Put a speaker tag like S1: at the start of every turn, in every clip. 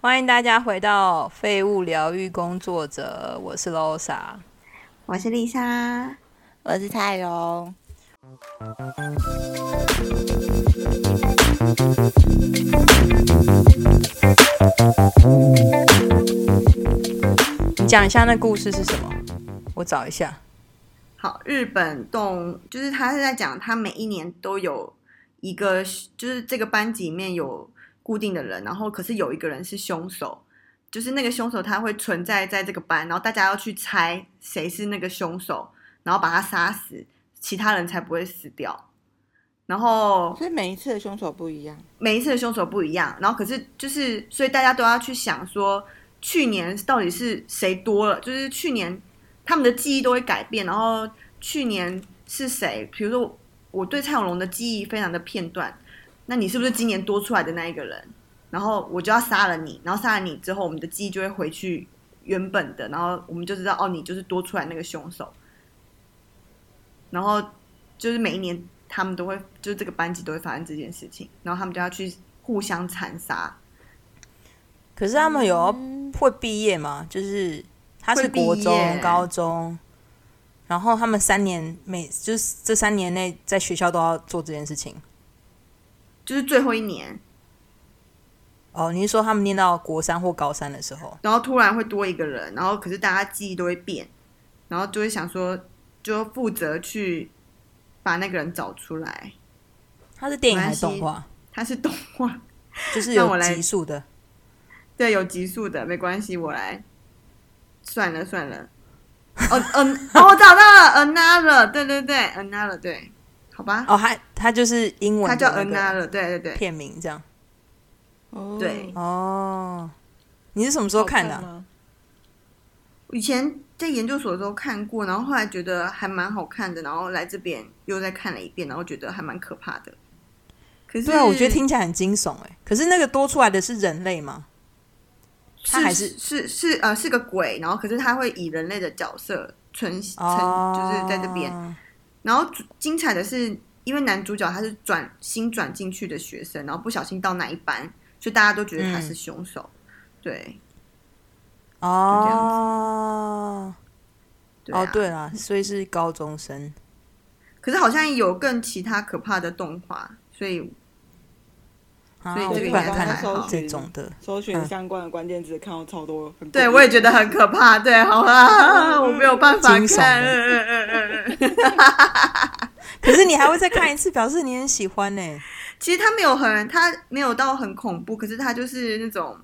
S1: 欢迎大家回到废物疗愈工作者，我是 Losa。
S2: 我是丽莎，
S3: 我是蔡荣。
S1: 你讲一下那故事是什么？我找一下。
S2: 好，日本动就是他是在讲，他每一年都有一个，就是这个班级里面有固定的人，然后可是有一个人是凶手，就是那个凶手他会存在在这个班，然后大家要去猜谁是那个凶手，然后把他杀死，其他人才不会死掉。然后
S3: 所以每一次的凶手不一样，
S2: 每一次的凶手不一样，然后可是就是，所以大家都要去想说，去年到底是谁多了？就是去年他们的记忆都会改变，然后去年是谁？比如说我我对蔡永龙的记忆非常的片段，那你是不是今年多出来的那一个人？然后我就要杀了你，然后杀了你之后，我们的记忆就会回去原本的，然后我们就知道哦，你就是多出来那个凶手。然后就是每一年他们都会，就是这个班级都会发生这件事情，然后他们就要去互相残杀。
S1: 可是他们有要会毕业吗？就是他是
S2: 会毕业
S1: 国中、高中，然后他们三年每就是这三年内在学校都要做这件事情。
S2: 就是最后一年，
S1: 哦，你是说他们念到国三或高三的时候？
S2: 然后突然会多一个人，然后可是大家记忆都会变，然后就会想说，就负责去把那个人找出来。
S1: 它是电影
S2: 没
S1: 还
S2: 关
S1: 是
S2: 系
S1: 动画？
S2: 他是动画，
S1: 就是
S2: 那我
S1: 有
S2: 来
S1: 集数的。
S2: 对，有集数的，没关系，我来。算了算了，哦嗯，哦我找到了，another，对对对，another，对，好吧，
S1: 哦，它它就是英文
S2: 它
S1: 的那
S2: 叫
S1: 个
S2: another，对对对，
S1: 片名这样。
S3: 哦
S2: 对
S1: 哦，你是什么时候看的啊、
S3: 吗？
S2: 以前在研究所的时候看过，然后后来觉得还蛮好看的，然后来这边又再看了一遍，然后觉得还蛮可怕的。可是，
S1: 对啊，我觉得听起来很惊悚哎。可是那个多出来的是人类吗？它还是
S2: 是是呃是个鬼，然后可是他会以人类的角色存存，
S1: 哦，
S2: 就是在这边。然后主精彩的是，因为男主角他是转新转进去的学生，然后不小心到那一班，所以大家都觉得他
S1: 嗯
S2: 是凶手。对就这样
S1: 哦。
S2: 对、啊、
S1: 啊哦，对啦，所以是高中生。
S2: 可是好像有更其他可怕的动画，所以
S1: 啊，
S2: 所以
S1: 我
S2: 这个
S1: 不
S2: 应
S1: 敢
S2: 该还
S1: 看
S2: 好
S1: 这种的。
S3: 搜
S1: 嗯
S3: 寻相关的关键字，看到超多很诡异。
S2: 对我也觉得很可怕。对，好啦，我没有办法
S1: 嗯惊悚的
S2: 看。嗯嗯嗯嗯嗯。
S1: 可是你还会再看一次，表示你很喜欢呢、欸
S2: 其实他没有很，他没有到很恐怖，可是他就是那种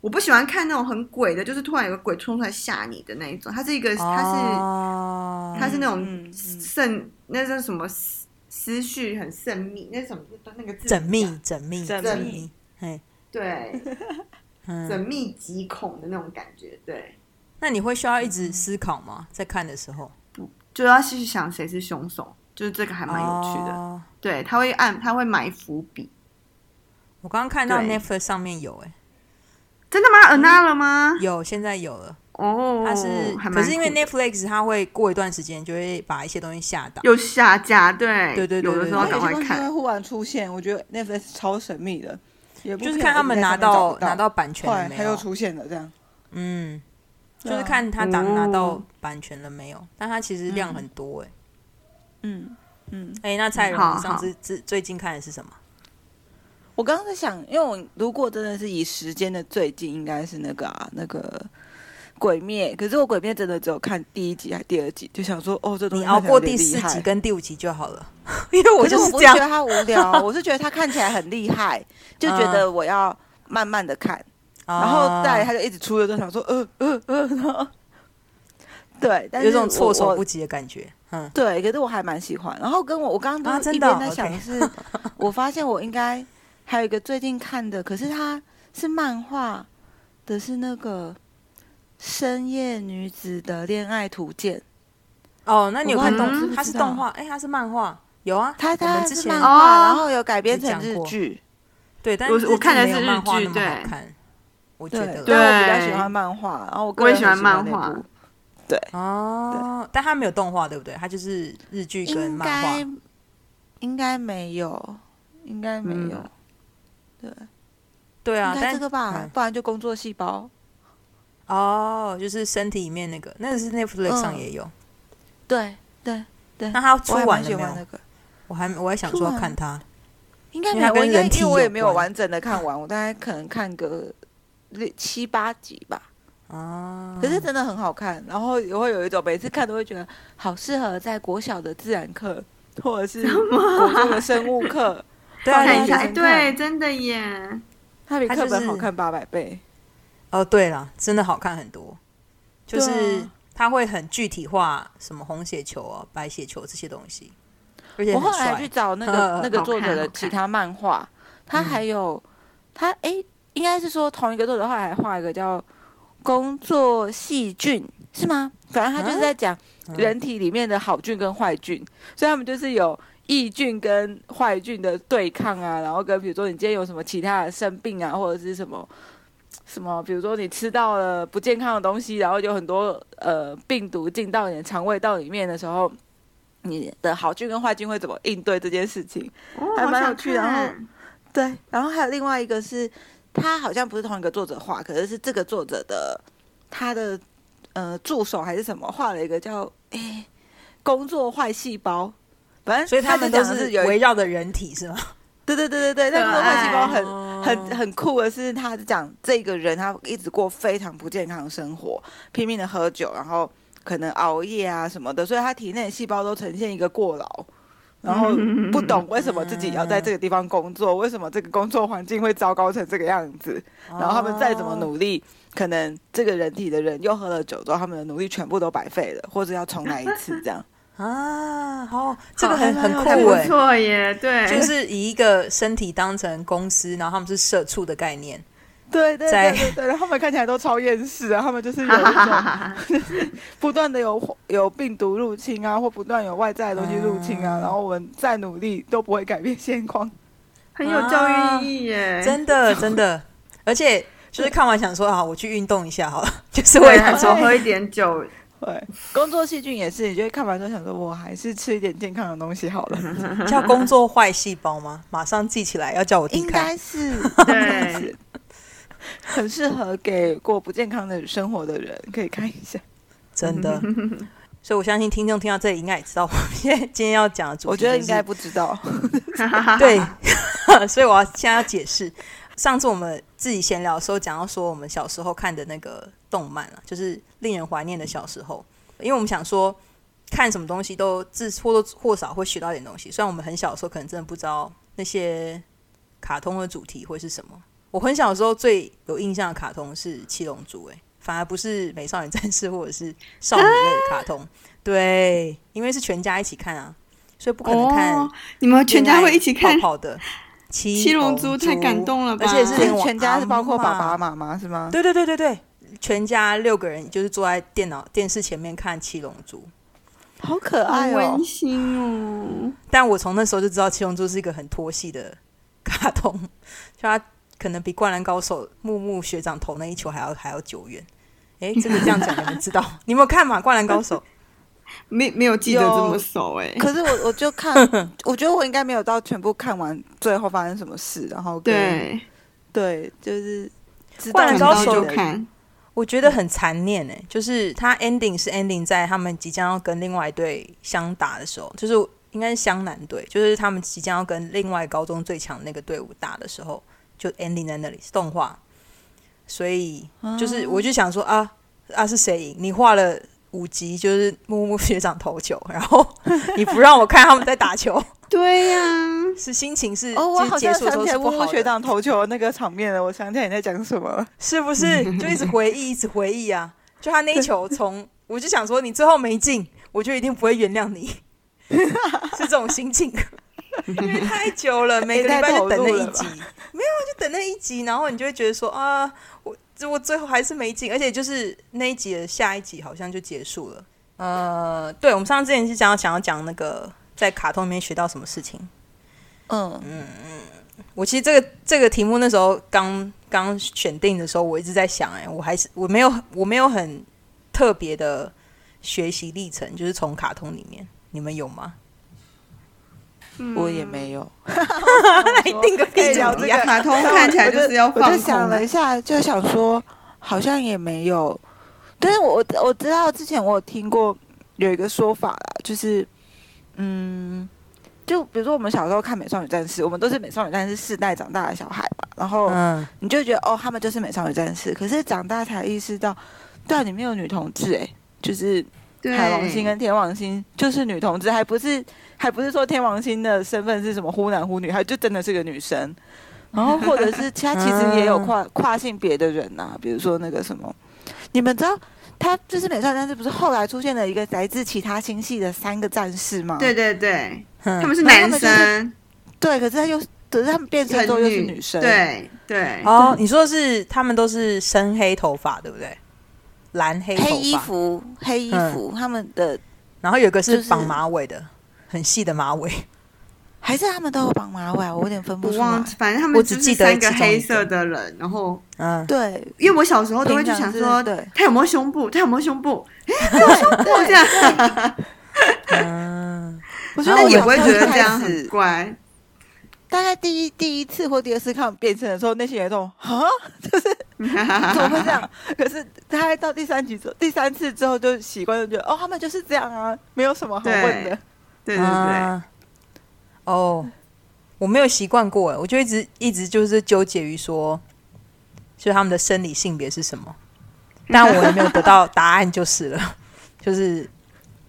S2: 我不喜欢看那种很鬼的，就是突然有个鬼冲出来吓你的那一种。他是一个， 他是、
S1: 哦、
S2: 他是那种
S3: 嗯嗯嗯
S2: 慎，那叫什么思思绪很慎密，那什么那个字
S1: 缜密，缜密，
S3: 缜
S2: 密
S1: 密，嘿，
S2: 对，缜
S1: 嗯，
S2: 密极恐的那种感觉，对，
S1: 那你会需要一直思考吗？在看的时候，
S2: 就要去想谁是凶手，就是这个还嗯蛮有趣的。
S1: 哦
S2: 对，他会按，他会埋伏笔。
S1: 我刚刚看到
S2: 对
S1: Netflix 上面有、欸，
S2: 真的吗？Another 吗？
S1: 有，现在有了。
S2: 哦，
S1: 它是，
S2: 还
S1: 可
S2: 蛮
S1: 是因为
S2: 酷的
S1: Netflix 它会过一段时间就会把一些东西下档。
S2: 又下架，对
S1: 对对对
S2: 有的
S1: 对
S2: 时
S1: 对
S2: 候
S1: 对
S2: 赶
S3: 有些
S2: 快
S3: 东西
S2: 看
S3: 会。忽然出现，我觉得 Netflix 超神秘的，也不
S1: 就是
S3: 知道
S1: 看他
S3: 你
S1: 们
S3: 在
S1: 拿
S3: 上面找
S1: 到
S3: 不
S1: 拿到版权
S3: 后
S1: 了
S3: 来
S1: 没
S3: 它又
S1: 有，
S3: 出现了这样。
S1: 嗯，就
S3: 对啊
S1: 是看他拿拿到
S2: 哦
S1: 版权了没有，但它其实量很多哎、
S3: 嗯嗯，
S1: 欸、哎、那蔡荣
S2: 好
S1: 你上
S2: 好
S1: 次最最近看的是什么？
S3: 我刚刚在想，因为我如果真的是以时间的最近，应该是那个啊，那个《鬼灭》。可是我《鬼灭》真的只有看第一集还第二集，就想说，哦，这东西
S1: 你熬
S3: 看起来
S1: 过
S3: 有
S1: 第
S3: 点
S1: 四
S3: 厉害
S1: 集跟第五集就好了， 因为我
S3: 可
S1: 就是
S3: 我
S1: 是
S3: 不
S1: 这
S3: 是觉
S1: 样
S3: 得。它无聊，我是觉得它看起来很厉害，就觉得我要慢慢的看。然后再
S1: 嗯
S3: 来
S1: 啊
S3: 他就一直出了，就想说呃呃呃，然后对，但是
S1: 有种措
S3: 我
S1: 手
S3: 我
S1: 不及的感觉，嗯，
S3: 对，可是我还蛮喜欢。然后跟我我
S1: 啊
S3: 刚刚都
S1: 真
S3: 一
S1: 的哦
S3: 边在想
S1: OK
S3: 是，我发现我应该还有一个最近看的，可是它是漫画的，是那个《深夜女子的恋爱图鉴》。
S1: 哦，那你有
S3: 我不
S1: 看
S3: 知道
S1: 动？
S3: 你知不
S1: 它是
S3: 知道
S1: 动画，哎、它是漫画，有啊，
S3: 它
S1: 我
S3: 它
S1: 们之
S3: 是
S1: 前
S3: 漫
S2: 哦
S3: 画，然后有改编
S1: 就
S3: 成
S1: 讲
S3: 日
S1: 过
S3: 剧。
S1: 对，但
S2: 我
S1: 是
S2: 我看的
S1: 没有
S2: 是日
S1: 漫画
S2: 剧
S1: 那么好
S2: 对
S1: 看，我觉
S3: 对，啊
S1: 得啦
S3: 但我比较喜
S2: 对
S3: 欢漫画，然后我
S2: 我
S3: 个
S2: 也
S3: 人
S2: 喜
S3: 很
S2: 欢
S3: 喜
S2: 漫
S3: 欢那
S2: 画
S3: 部
S1: 哦，但它没有动画，对不对？它就是日剧跟
S3: 应
S1: 漫画
S3: 该。嗯应该没有，应该没有。对，哎
S1: 对啊
S3: 应，该
S1: 但
S3: 这个吧
S1: 嗯，
S3: 不然就工作细胞。
S1: 哦，就是身体里面那个，那个是 Netflix 上
S3: 嗯
S1: 也有。
S3: 对对，
S1: 那他出
S3: 我还
S1: 完了
S3: 蛮喜
S1: 没
S3: 欢
S1: 有
S3: 那？个，
S1: 我还我还想
S3: 出
S1: 说
S3: 完
S1: 要看他，
S3: 应该
S1: 因为
S3: 没
S1: 它
S3: 有，我
S1: 跟
S3: 应该
S1: 人体
S3: 因为我
S1: 有
S3: 也没有
S1: 关
S3: 完整的看 完，我大概可能看个六七八集吧。
S1: 哦，
S3: 可是真的很好看，然后也会有一种每次看都会觉得好适合在国小的自然课，或者是国中的生物 课，
S1: 对啊，对
S2: 看
S3: 放
S1: 啊
S2: 一下，
S3: 对
S2: 哎对，真的耶。
S3: 它比
S1: 它
S3: 课
S1: 就
S3: 本好
S1: 是
S3: 看八百倍。
S1: 哦，对了，真的好看很多，就
S3: 对
S1: 是
S3: 啊
S1: 他会很具体化什么红血球啊、白血球这些东西，而且
S3: 我
S1: 很
S3: 后来去
S1: 帅。
S3: 找那个
S1: 嗯
S3: 那个
S2: 好
S3: 作者
S2: 看
S3: 的
S2: 好
S3: 其
S2: 看
S3: 他漫画，他
S1: 嗯
S3: 还有他诶，应该是说同一个作者后来还画一个叫《工作细菌》是吗？反正他就是在讲
S1: 嗯
S3: 人体里面的好菌跟坏菌，所以他们就是有益菌跟坏菌的对抗啊，然后跟比如说你今天有什么其他的生病啊，或者是什么。什么？比如说你吃到了不健康的东西，然后有很多呃病毒进到你的肠胃道里面的时候，你的好菌跟坏菌会怎么应对这件事情？
S2: 哦，
S3: 还
S2: 好
S3: 蛮有
S2: 想
S3: 趣然后
S2: 看
S3: 对，然后还有另外一个是，他好像不是同一个作者画，可是是这个作者的他的呃助手还是什么画了一个叫诶、工作坏细胞，反正
S1: 所以
S3: 他
S1: 他
S3: 就
S1: 们都
S3: 讲的
S1: 是
S3: 有一
S1: 围绕着人体是吗？
S3: 对对对对对，但
S2: 可
S3: 工作坏细胞
S2: 爱
S3: 很
S1: 哦
S3: 很很酷的是，他讲这个人他一直过非常不健康的生活，拼命的喝酒，然后可能熬夜啊什么的，所以他体内的细胞都呈现一个过劳，然后不懂为什么自己要在这个地方工作，为什么这个工作环境会糟糕成这个样子，然后他们再怎么
S1: 力，
S3: 努力。可能这个人体的人又喝了酒之后，他们的努力全部都白费了，或者要重来一次这样。
S1: 啊，好，这个
S3: 还
S1: 很
S3: 蛮
S1: 很
S3: 有
S1: 酷
S3: 趣
S2: 还不
S3: 的
S1: 哎、
S2: 错耶，对，
S1: 就是以一个身体当成公司，然后他们是社畜的概念，
S3: 对对
S1: 在
S3: 对对对，然后他们看起来都超厌世啊，他们就是有一种 不断的有有病毒入侵啊，或不断有外在的东西入侵啊，
S1: 嗯
S3: 然后我们再努力都不会改变现况。
S2: 很有教育意义
S3: 哎
S2: 耶，
S1: 啊真的真的，而且就是看完想说啊，我去运动一下好了， 就是为
S3: 啊
S1: 了
S2: 对
S1: 说
S2: 少喝一点酒，
S3: 对，工作细菌也是，你就会看完之后想说，我还是吃一点健康的东西好了。
S1: 叫工作坏细胞吗？马上记起来，要叫我弟
S3: 应
S1: 看。
S3: 该是
S2: 对，
S3: 很适合给过不健康的生活的人可以看一下。
S1: 真的。所以我相信听众听到这里应该也知道我们现在今天要讲的主题、
S3: 我觉得应该不知道，
S1: 对， 所以我要现在要解释。上次我们自己闲聊的时候讲到说，我们小时候看的那个动漫啊，就是令人怀念的小时候，因为我们想说看什么东西都自或多或少会学到一点东西。虽然我们很小的时候可能真的不知道那些卡通的主题会是什么。我很小的时候最有印象的卡通是《七龙珠》，哎，反而不是《美少女战士》或者是少女类的卡通。对，因为是全家一起看啊，所以不可能看、
S4: 哦，你们全家会一起看
S1: 泡泡的七
S4: 七龙珠太感动了吧
S1: 而且是
S3: 所
S1: 连
S3: 以
S1: 我
S3: 全家
S1: 阿
S3: 是包括爸爸
S1: 嬷，
S3: 妈妈是吗？
S1: 对对对对对，全家六个人就是坐在电脑电视前面看七龙珠。
S3: 好可
S4: 好
S1: 哎
S3: 爱哦
S4: 温！馨哦。
S1: 但我从那时候就知道七龙珠是一个很拖戏的卡通， 就它可能比灌篮高手木木学长投那一球还要还要久远。诶，这个这样讲你们知道？ 你有没有看嘛？《灌篮高手》
S4: 没没有记得这么熟哎、
S3: 可是我我就 看，我觉得我应该没有到全部看完最后发生什么事，然后跟
S4: 对，
S3: 对，就是知道
S1: 灌篮
S4: 看
S1: 高
S4: 到
S1: 手
S4: 就
S3: 的
S4: 看，
S1: 我觉
S3: 嗯
S1: 得很残念诶，就是它 ending 是 ending 在他们即将要跟另外一队相打的时候，就是应该是湘南队，就是他们即将要跟另外高中最强那个队伍打的时候，就 ending 在那里是动画，所以就是我就想说啊啊是谁赢？你画了五集，就是木木学长投球，然后你不让我看他们在打球，
S4: 对呀、
S1: 是心情是
S3: 哦，我好
S1: 其实
S3: 像
S1: 结束的时
S3: 想
S1: 候
S3: 起
S1: 是
S3: 来
S1: 不
S3: 木
S1: 好
S3: 木
S1: 的
S3: 学长投球的那个场面了，我想起来你在讲什么了。
S1: 是不是？就一直回忆，一直回忆啊！就他那一球从，我就想说，你最后没进，我就一定不会原谅你，是这种心情。因为太久了，每个礼拜就等那一集，没有啊就等那一集，然后你就会觉得说啊，我我最后还是没进，而且就是那一集的下一集好像就结束了。呃，对，我们上次之前是讲要想要讲那个在卡通里面学到什么事情，
S3: 嗯，
S1: 我其实这个这个题目那时候刚刚选定的时候，我一直在想、哎，我还是我没有我没有很特别的学习历程，就是从卡通里面，你们有吗？
S3: 我也没有。
S1: 来定个
S3: 可
S1: 屁
S3: 以聊
S1: 主
S3: 这
S1: 题
S3: 个
S1: 啊！
S4: 马桶看起来就是要
S3: 我就
S4: 放空
S3: 想了
S4: 的
S3: 一，下，就想说好像也没有，但是我我我知道之前我有听过有一个说法啦，就是嗯，就比如说我们小时候看《美少女战士》，我们都是《美少女战士》世代长大的小孩嘛，然后
S1: 嗯，
S3: 你就觉得哦，他们就是《美少女战士》，可是长大才意识到，对啊，里面有女同志哎、就是
S4: 对，
S3: 海王星跟天王星就是女同志，还不是还不是说天王星的身份是什么忽男忽女，还就真的是个女生。然后或者 是其他其实也有
S2: 嗯
S3: 跨跨性别的人呐、比如说那个什么，你们知道他就是美少女战士不是后来出现了一个来自其他星系的三个战士吗？
S2: 对对对，
S1: 他
S2: 他们是男
S3: 然后嗯他们就是
S2: 生，
S3: 对，可是他又可是他们变成之后
S2: 很
S3: 又是女生，，
S2: 对对，
S1: 哦，你说是他们都是深黑头发，对不对？蓝黑头发
S3: 黑衣，服嗯黑衣服、他们的
S1: 然后有一个是
S3: 就是
S1: 绑马尾的，很细的马尾。
S3: 还是他们都有绑马尾啊，我有点分不
S2: 我
S3: 出
S2: 忘
S3: 来。
S2: 记，反正他
S1: 我
S2: 们
S1: 只
S2: 就
S1: 记
S2: 是
S1: 得
S2: 三个
S1: 其中一
S2: 黑
S1: 个
S2: 色的人，然后
S1: 嗯，
S3: 对，
S2: 因为我小时候都会去
S3: 平常
S2: 想
S3: 是
S2: 说，
S3: 对
S2: 他有没有胸部，他有没有胸部，哎，他有没有胸部这样，
S1: 嗯，
S3: 我觉
S1: 然后
S2: 但
S3: 得我
S2: 你
S1: 也
S2: 也
S3: 小
S2: 不会
S3: 时候
S2: 觉得
S3: 一
S2: 这
S3: 开
S2: 样
S3: 始
S2: 很怪，
S3: 大概第一第一次或第二次看我变身的时候，内心有一种啊， 就是怎么会这样？可是大概到第三集之后，第三次之后就习惯，就觉得哦，他们就是这样啊，没有什么好问的。
S2: 对对对，
S1: 啊哦，我没有习惯过哎，我就一直一直就是纠结于说，就是他们的生理性别是什么，但我也没有得到答案就是了。 就是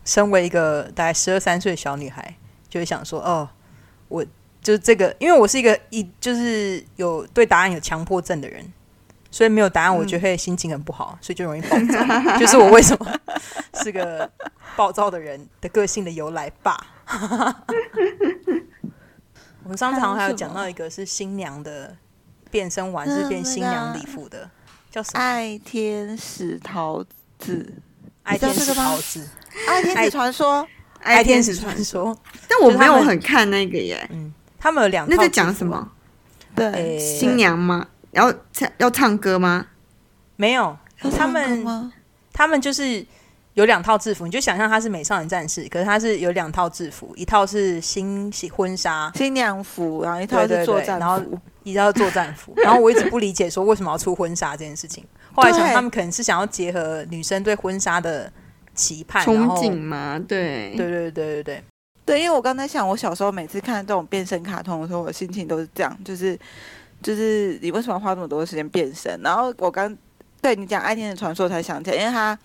S1: 身为一个大概十二三岁的小女孩，就会想说，哦，我就是这个，因为我是一个一就是有对答案有强迫症的人，所以没有答案我就会心情很不好，所以就容易暴躁。 就是我为什么是个暴躁的人的个性的由来吧。我们上次好像还有讲到一个是新娘的变身完是变新娘礼服的，叫什么？
S3: 爱天使桃 子，
S1: 爱天使
S3: 你知道这个吗
S1: 桃子，
S3: 爱天使传说，
S1: 爱
S2: 爱
S1: 天使传说。
S2: 但我
S1: 就是
S2: 没有
S1: 他们
S2: 很看那个耶，
S1: 他们有两套
S2: 那在讲
S1: 制服
S2: 什么？
S1: 诶哎
S3: 对，
S2: 新娘吗？要唱要唱歌吗？
S1: 没有，
S3: 有
S1: 他
S3: 唱歌
S1: 们
S3: 吗？
S1: 他们就是有两套制服，你就想象她是美少女战士，可是她是有两套制服，一套是新喜婚纱，
S3: 新娘服，然后一套
S1: 对对
S3: 是作
S1: 对
S3: 战
S1: 然后
S3: 服，
S1: 一套是作战服。然后我一直不理解说为什么要出婚纱这件事 情，后来想
S3: 对
S1: 他们可能是想要结合女生对婚纱的期盼，
S4: 憧
S1: 然后
S4: 憬嘛，对
S1: 对对对对对，
S3: 对，因为我刚才想，我小时候每次看这种变身卡通的时候，我心情都是这样，就是就是你为什么要花这么多时间变身？然后我刚对你讲《爱恋的传说》才想起来，因为他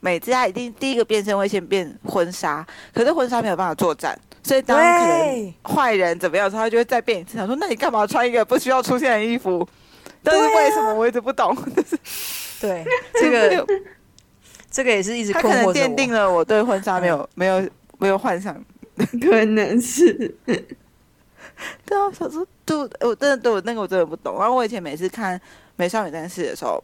S3: 每次他一定第一个变身会先变婚纱，可是婚纱没有办法作战，所以当可能
S1: 对
S3: 坏人怎么样的时候，他就会再变一次。他说：“那你干嘛穿一个不需要出现的衣服？”但是为什么我一直不懂，
S1: 对，啊这
S3: 没
S1: 个
S3: 有
S1: 这个也是一直
S3: 他
S1: 困
S3: 可能
S1: 惑着
S3: 奠定
S1: 我。嗯
S3: 了我对婚纱没有没有没有幻想
S4: 可能是
S3: 对啊，小时候就我真的对我那个我真的不懂。然后我以前每次看《美少女战士》的时候，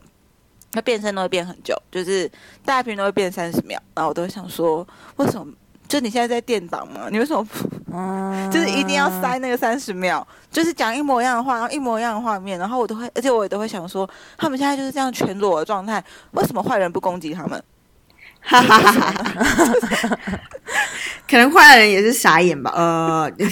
S3: 它变身都会变很久，就是大家平均都会变三十秒。然后我都会想说，为什么？就你现在在电档吗？你为什么不
S1: 嗯
S3: 就是一定要塞那个三十秒？就是讲一模一样的话，然后一模一样的画面，然后我都会，而且我也都会想说，他们现在就是这样全裸的状态，为什么坏人不攻击他们？
S2: 哈哈哈哈哈！可能坏人也是傻眼吧？呃，
S1: 因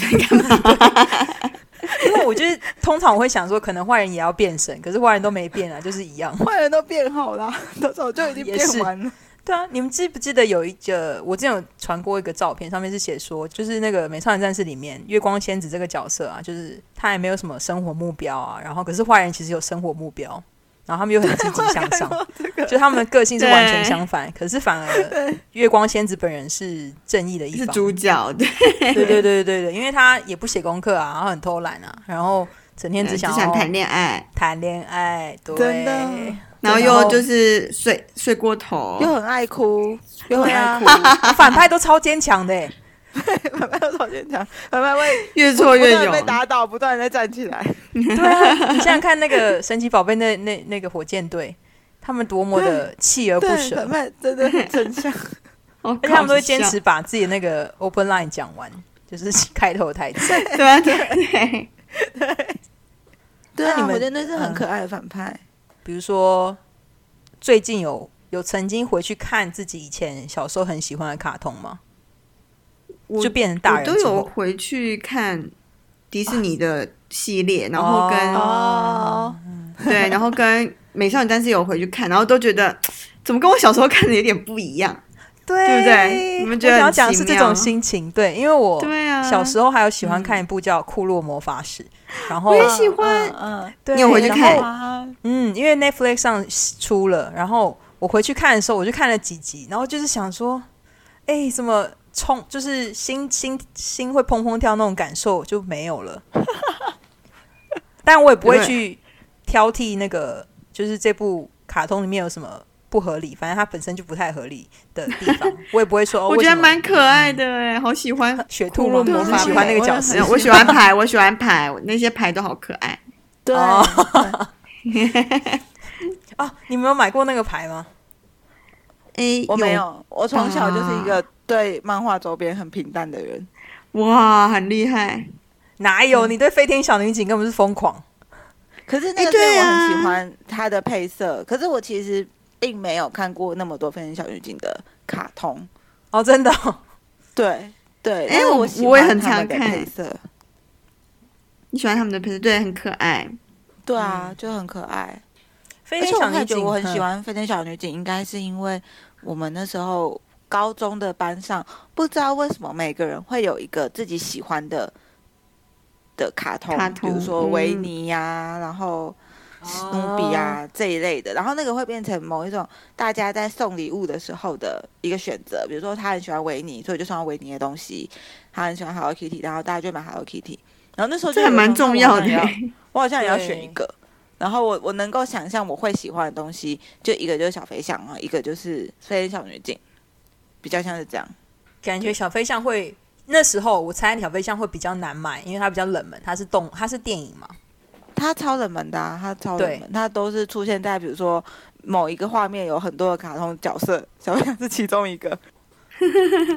S1: 为我就是通常我会想说，可能坏人也要变身，可是坏人都没变啊，就是一样。
S3: 坏人都变好了，都早就已经
S1: 也
S3: 变
S1: 是
S3: 完了。
S1: 对啊，你们记不记得有一个我之前有传过一个照片，上面是写说，就是那个《美少女战士》里面月光仙子这个角色啊，就是她也没有什么生活目标啊，然后可是坏人其实有生活目标，然后他们又很积极向 上，就他们的个性是完全相反，可是反而月光仙子本人是正义的一
S2: 是
S1: 方，
S2: 主角，对，
S1: 对对对对对对，因为她也不写功课啊，然后很偷懒啊，然后整天只
S2: 只
S1: 想
S2: 想
S1: 要
S2: 谈恋爱，
S1: 谈恋爱，对，
S3: 真的
S2: 然后
S1: 然后
S2: 又就是睡睡过头，
S3: 又很爱哭，又很
S1: 对啊
S3: 爱哭，
S1: 反派都超坚强的欸、
S3: 慢慢头先讲，慢慢会
S2: 越挫
S3: 不
S2: 越
S3: 断地
S2: 勇，
S3: 被打倒，不断的站起来。
S1: 对啊，你想想看，那个神奇宝贝那那那个火箭队，他们多么的锲而不
S3: 对，
S1: 舍
S3: 慢，慢真的很正向。
S4: 而
S2: 哦
S1: 而且他们都会坚 持把自己的那个 open line 讲完，就是开头的台词。
S4: 对啊，对对，
S3: 对
S1: 那你
S3: 啊，
S1: 们
S3: 我觉得那是很
S1: 嗯
S3: 可爱的反派。
S1: 比如说，最近有有曾经回去看自己以前小时候很喜欢的卡通吗？
S2: 我
S1: 就变成大
S2: 我
S1: 人
S2: 都
S1: 之
S2: 有
S1: 后，
S2: 回去看迪士尼的系
S1: 啊
S2: 列，然后跟、
S3: 哦，
S2: 对，然后跟美少女战士有回去看，然后都觉得怎么跟我小时候看的有点不一样。
S1: 对
S2: 对不对你们觉得
S1: 我想要
S2: 很
S1: 讲的
S2: 奇
S1: 是这
S2: 妙
S1: 种心情，对，嗯因为我
S2: 对啊，
S1: 哦小时候啊还有喜欢看一部叫《库洛魔法使》，然后
S2: 我也喜欢，
S3: 嗯，
S1: 对，
S2: 你有回去
S1: 然
S2: 看
S1: 后
S3: 啊，
S1: 嗯，因为 Netflix 上出了，然后我回去看的时候，我就看了几集，然后就是想说，哎，怎么冲，就是心心心会砰砰跳那种感受就没有 了。但我也不会去挑剔那个，就是这部卡通里面有什么不合理，反正它本身就不太合理的地 方，我也不会说。哦、
S2: 我觉
S1: 为
S2: 得
S1: 什么
S2: 蛮可爱的哎，好喜欢。
S1: 嗯雪兔吗？
S3: 骷髅
S1: 我
S3: 魔
S1: 很
S3: 法
S1: 喜欢那 个角
S3: 使
S1: 色
S2: 没有，我喜欢牌，我喜欢牌，我那些牌都好可爱。
S3: 对，
S1: 哦啊！你们有买过那个牌吗？
S2: 哎，
S3: 我没有，我从小就是一个对啊漫画周边很平淡的人。
S2: 哇，很厉害。
S1: 哪有？
S2: 嗯
S1: 你对飞天小女警根本是疯狂。
S3: 可是那个
S2: 哎
S3: 时
S2: 对
S3: 候我
S2: 啊
S3: 很喜欢它的配色，可是我其实并没有看过那么多《飞天小女警》的卡通。
S1: 哦，真的哦、
S3: 对对，
S2: 哎
S3: 但是
S2: 我
S3: 我喜
S2: 我也
S3: 欢
S2: 很
S3: 他们
S2: 常
S3: 的
S2: 看
S3: 配色。
S2: 你喜欢他们的配色，对，很可爱。
S3: 对啊，就很可爱。
S1: 飞
S3: 而
S1: 天
S3: 且我
S1: 小
S3: 还
S1: 女
S3: 觉得
S1: 警，
S3: 我很喜
S1: 嗯
S3: 欢《飞天小女警》，应该是因为我们那时候高中的班上，不知道为什么每个人会有一个自己喜欢的的卡通，
S2: 卡
S3: 比
S2: 通
S3: 如说维
S2: 嗯
S3: 尼呀、然后史努比
S1: 啊
S2: 哦
S3: 呀、这一类的。然后那个会变成某一种大家在送礼物的时候的一个选择，比如说他很喜欢维尼，所以就送他维尼的东西；他很喜欢 Hello Kitty，然后大家就买 Hello Kitty。然后那时候就
S2: 这还
S3: 有一
S2: 蛮
S3: 种
S2: 重
S3: 那我
S2: 要
S3: 好
S2: 的
S3: 像也要
S2: 欸。
S3: 我好像也要
S1: 对
S3: 选一个。然后我我能够想象我会喜欢的东西，就一个就是小飞象啊，然后一个就是飞天小女警，比较像是这样。
S1: 感觉小飞象会那时候我猜小飞象会比较难买，因为它比较冷门，它是动它是电影嘛，
S3: 它超冷门的、啊，它超冷
S1: 对
S3: 门，它都是出现在比如说某一个画面有很多的卡通角色，小飞象是其中一个。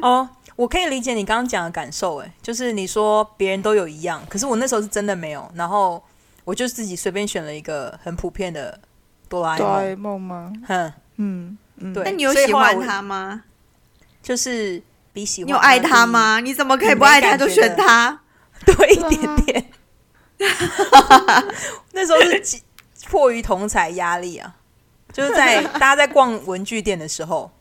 S1: 哦，我可以理解你刚刚讲的感受，哎，就是你说别人都有一样，可是我那时候是真的没有，然后我就自己随便选了一个很普遍的哆啦 A 梦，
S3: 梦吗？
S1: 哼，
S3: 嗯嗯，
S1: 对
S2: 那你有
S1: 所以
S2: 喜
S1: 后来
S2: 欢
S1: 我
S2: 他吗？
S1: 就是比喜欢
S2: 你有爱
S1: 他
S2: 他
S1: 低？
S2: 吗？你怎么可以
S1: 你
S2: 不
S1: 没
S2: 爱他
S1: 感
S2: 就
S1: 觉
S2: 选
S1: 的
S2: 他？
S1: 多一
S3: 对啊
S1: 点点， 那时候是几迫于同财压力啊，就是 在大家在逛文具店的时候，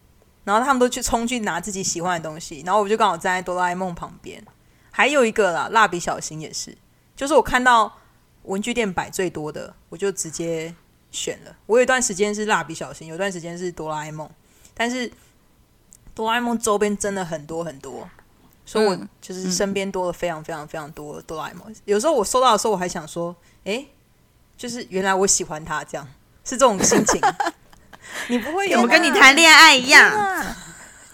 S1: 然后他们都去冲去拿自己喜欢的东西，然后我就刚好站在哆啦 A 梦旁边，还有一个啦，蜡笔小新也是，就是我看到文具店摆最多的，我就直接选了。我有一段时间是蜡笔小新，有一段时间是哆啦 A 梦，但是哆啦 A 梦周边真的很多很多，所以我
S3: 嗯
S1: 就是身边多了非常非常非常多的哆啦 A 梦。有时候我收到的时候，我还想说，诶，就是原来我喜欢他，这样是这种心情。 你不会
S2: 怎
S1: 有
S2: 么
S1: 吗
S2: 跟你谈恋爱一样？
S3: 啊，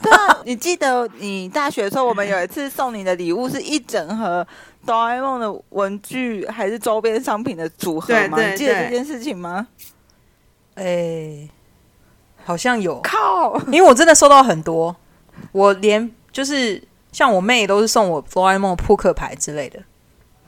S3: 对啊，你记得你大学的时候，我们有一次送你的礼物是一整盒哆啦 A 梦的文具还是周边商品的组合吗？
S2: 对对
S3: 你记得
S2: 对
S3: 这件事情吗？
S1: 哎、好像有，
S3: 靠！
S1: 因为我真的收到很多，我连就是像我妹都是送我哆啦 A 梦的扑克牌之类的。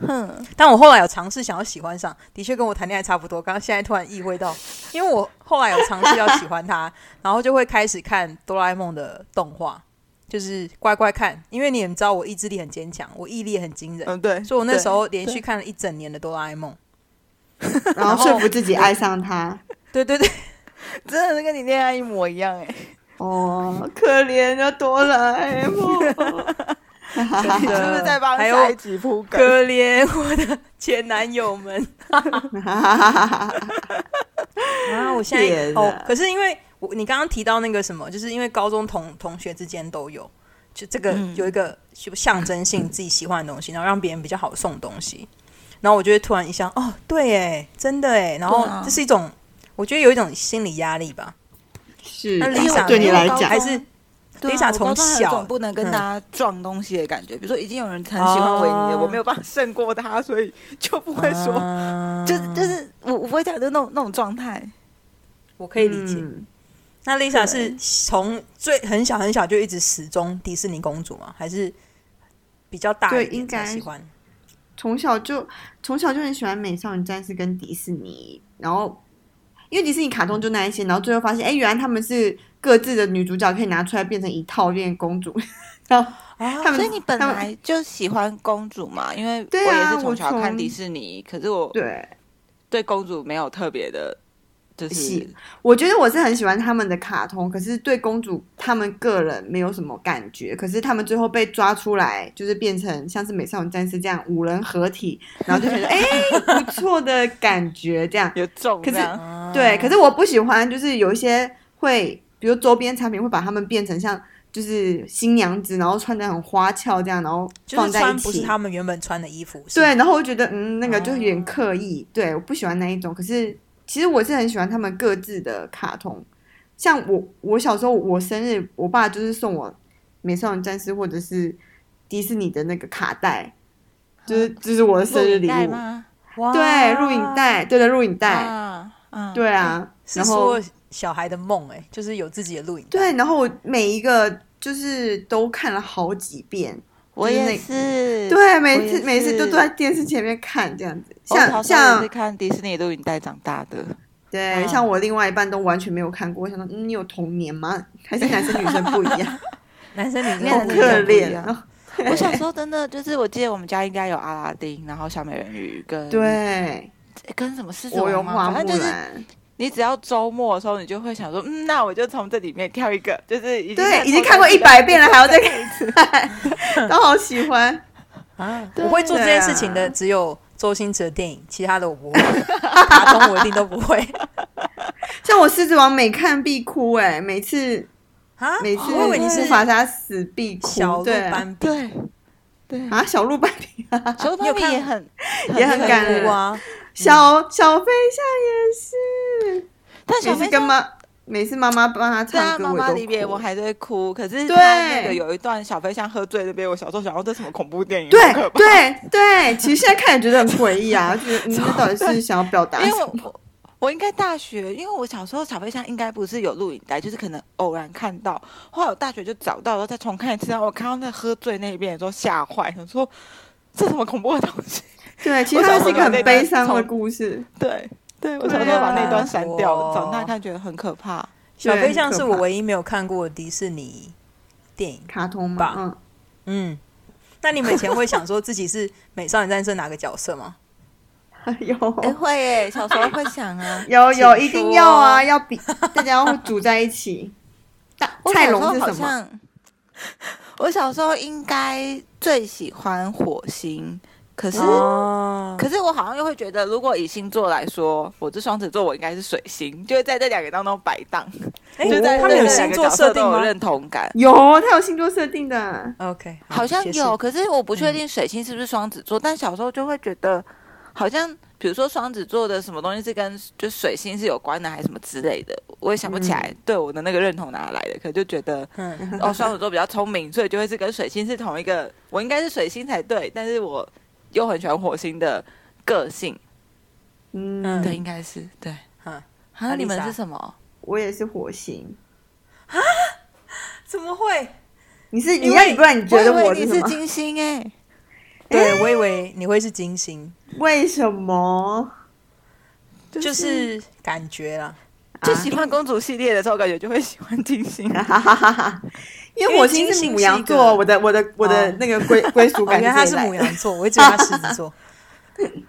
S3: 哼，
S1: 但我后来有尝试想要喜欢上，的确跟我谈恋爱差不多。刚刚现在突然意会到，因为我后来有尝试要喜欢他，然后就会开始看哆啦 A 梦的动画，就是乖乖看。因为你们知道我意志力很坚强，我毅力也很惊人，
S3: 嗯，对，
S1: 所以我那
S3: 对
S1: 时候连续
S3: 对
S1: 看了一整年的哆啦 A 梦。
S2: 然后说服自己爱上他。
S1: 对 对对，
S3: 真的是跟你恋爱一模一样哎、
S2: 哦，可怜的哆啦 A 梦。
S3: 你 是不是在帮
S1: 还有
S3: 下一集铺梗？
S1: 可怜我的前男友 们。啊，我现在
S2: 天哪
S1: 哦，可是因为我你刚刚提到那个什么，就是因为高中同同学之间都有，就这个
S3: 嗯
S1: 有一个就象征性自己喜欢的东西，然后让别人比较好送东西，然后我就会突然一想，哦，对，哎，真的哎，然后
S3: 对啊
S1: 这是一种，我觉得有一种心理压力吧，
S2: 是
S1: 那
S2: 啊
S1: Lisa
S2: 对
S1: 呢
S2: 你来
S3: 高
S2: 讲
S1: 还是
S3: 对啊
S1: Lisa
S3: 我
S1: 从
S3: 高中还有
S1: 小
S3: 总不能跟
S1: 嗯
S3: 大家撞东西的感觉，比如说已经有人很喜欢维尼了，
S1: 哦
S3: 我没有办法胜过他，所以就不会说，
S2: 哦
S1: 嗯
S3: 就就是我我不会讲就那种那种状态。
S1: 我可以理解。
S2: 嗯
S1: 那 Lisa 是
S3: 对
S1: 从最很小很小就一直始终迪士尼公主吗？还是比较大
S2: 对
S1: 一点
S2: 应该
S1: 才喜欢？
S2: 从小就从小就很喜欢美少女战士跟迪士尼，然后因为迪士尼卡通就那一些，然后最后发现，哎，原来他们是各自的女主角可以拿出来变成一套变公主，然后
S1: 啊
S2: 他们
S3: 所以你本
S2: 他们
S3: 来就喜欢公主嘛？因为
S2: 对
S3: 我也
S2: 啊
S3: 是从小
S2: 我
S3: 看
S2: 从
S3: 迪士尼，可是我
S2: 对，
S3: 对公主没有特别的，就是
S2: 喜我觉得我是很喜欢他们的卡通，可是对公主他们个人没有什么感觉。可是他们最后被抓出来，就是变成像是美少女战士这样五人合体，然后就觉得哎、不错的感觉这 样。
S3: 有重
S2: 可是
S3: 量。
S1: 啊
S2: 对，可是我不喜欢，就是有一些会，比如周边产品会把他们变成像就是新娘子，然后穿的很花俏这样，然后
S1: 就
S2: 放
S1: 是
S2: 在一
S1: 穿
S2: 起。
S1: 不是他们原本穿的衣服，是
S2: 对，然后我觉得嗯，那
S3: 哦
S2: 个就有点刻意，对，我不喜欢那一种。可是其实我是很喜欢他们各自的卡通，像我我小时候我生日，我爸就是送我《美少女战士》或者是迪士尼的那个卡带，就是就是我的生日
S3: 嗯录
S2: 礼
S3: 影带
S2: 物，
S3: 吗？
S1: 哇
S2: 对，录影，带，对的，录影带，
S3: 啊，嗯，
S2: 对啊，
S1: 是
S2: 然后
S1: 说小孩的梦哎、就是有自己的录影带。
S2: 对，然后我每一个就是都看了好几遍，
S3: 我
S2: 就是那
S3: 也是。
S2: 对，每
S3: 也
S2: 次每次都
S3: 是哦
S2: 坐在电视前面看这样子，
S3: 我
S2: 像
S3: 小时候也
S2: 像
S3: 是看迪士尼录影带长大的。
S2: 对，
S1: 嗯
S2: 像
S3: 哦
S2: 我另外一半都完全没有看过，我想说，嗯，你有童年吗？还是男生女生不一 样？
S1: 男生女
S2: 好
S1: 生都一样
S3: 男生女
S2: 可
S3: 生不一
S2: 怜
S3: 样
S2: 哦。
S3: 我小时候真的就是，我记得我们家应该有阿拉丁，然后小美人鱼跟
S2: 对，
S3: 跟什么狮子
S2: 我有
S3: 王
S2: 花
S3: 吗？反
S2: 木
S3: 正嗯就是
S2: 兰，
S3: 你只要周末的时候，你就会想说，嗯，那我就从这里面挑一个，就是已经
S2: 对，已
S3: 透
S2: 经看
S3: 过
S2: 过一百 遍了，还要再看一次，都好喜欢。
S1: 啊！
S3: 对
S1: 我会做这件事情的只有周星驰的电影，其他的我不 会，卡通我一定都不会
S2: 像我狮子王每看必哭，哎，每次
S1: 啊！
S2: 每次
S3: 哦
S1: 我以为你
S2: 不
S1: 是
S2: 法他死必哭
S1: 小，鹿
S2: 对
S1: 斑比，
S3: 对对，
S2: 啊，小鹿斑 比，
S3: 小朋
S1: 你有
S3: 友
S1: 看
S3: 也很
S2: 也很感
S1: 很
S2: 人
S1: 酷啊！
S2: 小小飞象也是，
S3: 但小
S2: 每
S3: 飞
S2: 次跟
S3: 象
S2: 妈，每次妈妈帮他
S3: 对啊，
S2: 唱歌，
S3: 妈
S2: 我
S3: 妈
S2: 都
S3: 离别
S2: 哭
S3: 我还在哭，可是
S2: 对
S3: 他那个有一段小飞象喝醉那边，我小时候想说这什么恐怖电影，
S2: 对
S3: 好可怕。
S2: 对对，其实现在看也觉得很诡异啊，就是你那到底是想要表达
S3: 因为
S2: 什
S3: 我
S2: 么？
S3: 我我应该大学，因为我小时候小飞象应该不是有录影带，就是可能偶然看到，后来我大学就找到，然后再重看一次，然后我看到那喝醉那一边的时候吓坏，想说这什么恐怖的东西？
S2: 对，其
S3: 我
S2: 实它
S3: 小
S2: 是一
S3: 时
S2: 个
S3: 候
S2: 很
S3: 那
S2: 悲
S3: 段
S2: 伤的
S3: 从
S2: 故事。
S3: 对对，我
S2: 对
S3: 小时候把
S2: 啊
S3: 那段删掉，
S1: 哇
S3: 长大看觉得很可怕。
S1: 小
S2: 对
S1: 飞象
S2: 很可
S1: 是我
S2: 怕
S1: 唯一没有看过的迪士尼电影。
S2: 卡通嘛
S1: 吧，
S2: 嗯，
S1: 嗯，那你们以前会想说自己是美少女战士哪个角色吗？
S2: 嗯 有。
S3: 哎、会耶，小时候会想 啊
S2: 有有，一
S3: 请
S2: 定要啊，
S3: 说
S2: 要比大家要组在一 起。大
S3: 我
S2: 菜
S3: 小时
S2: 龙
S3: 候
S2: 是
S3: 好
S2: 什么？
S3: 像，我小时候应该最喜欢火星，可是、
S1: 哦，
S3: 可是我好像又会觉得，如果以星座来说，我这双子座，我应该是水星，就会在这两个当中摆荡，
S1: 哎
S3: 就在
S1: 他
S3: 对
S1: 们有
S3: 这两
S1: 星
S3: 个
S1: 座
S3: 角色
S1: 设定
S3: 都有
S1: 吗
S3: 认同感。
S2: 有，它有星座设定的。
S1: ？OK，
S3: 好像
S1: 谢谢嗯
S3: 有，可是我不确定水星是不是双子座，但小时候就会觉得，好像比如说双子座的什么东西是跟就水星是有关的，还是什么之类的，我也想不起来对我的那个认同哪来的，可能就觉 得
S1: 嗯，
S3: 哦，双子座比较聪明，所以就会是跟水星是同一个，我应该是水星才对，但是我又很喜欢火星的个性，
S2: 嗯
S1: 嗯，
S3: 对，应该是对。
S1: 嗯
S3: 啊，
S1: 啊
S3: 你们
S1: Lisa
S3: 是什么？
S2: 我也是火星。
S1: 怎么会？
S2: 你是
S3: 因
S2: 你
S3: 为
S2: 要你不然你觉得
S3: 我以为
S2: 我
S3: 你
S2: 是什
S3: 是
S2: 么？
S3: 金星哎、
S1: 对，我以为你会是金星，
S2: 为什么？
S1: 就是感觉啦。
S2: 啊
S3: 就喜欢公主系列的时候，感觉就会喜欢金星。
S2: 哈哈哈哈！ 因
S1: 因
S2: 为
S1: 为
S2: 火星
S1: 金
S2: 是
S1: 星
S2: 母
S1: 是
S2: 羊
S1: 一
S2: 座，
S1: 个
S2: 我的我的我的
S1: 哦
S2: 那个归归属
S1: 我
S2: 感
S1: 原
S2: 这
S1: 来
S2: 里来
S1: 他
S2: 的。
S1: 是母羊座，我一直以为他狮子座。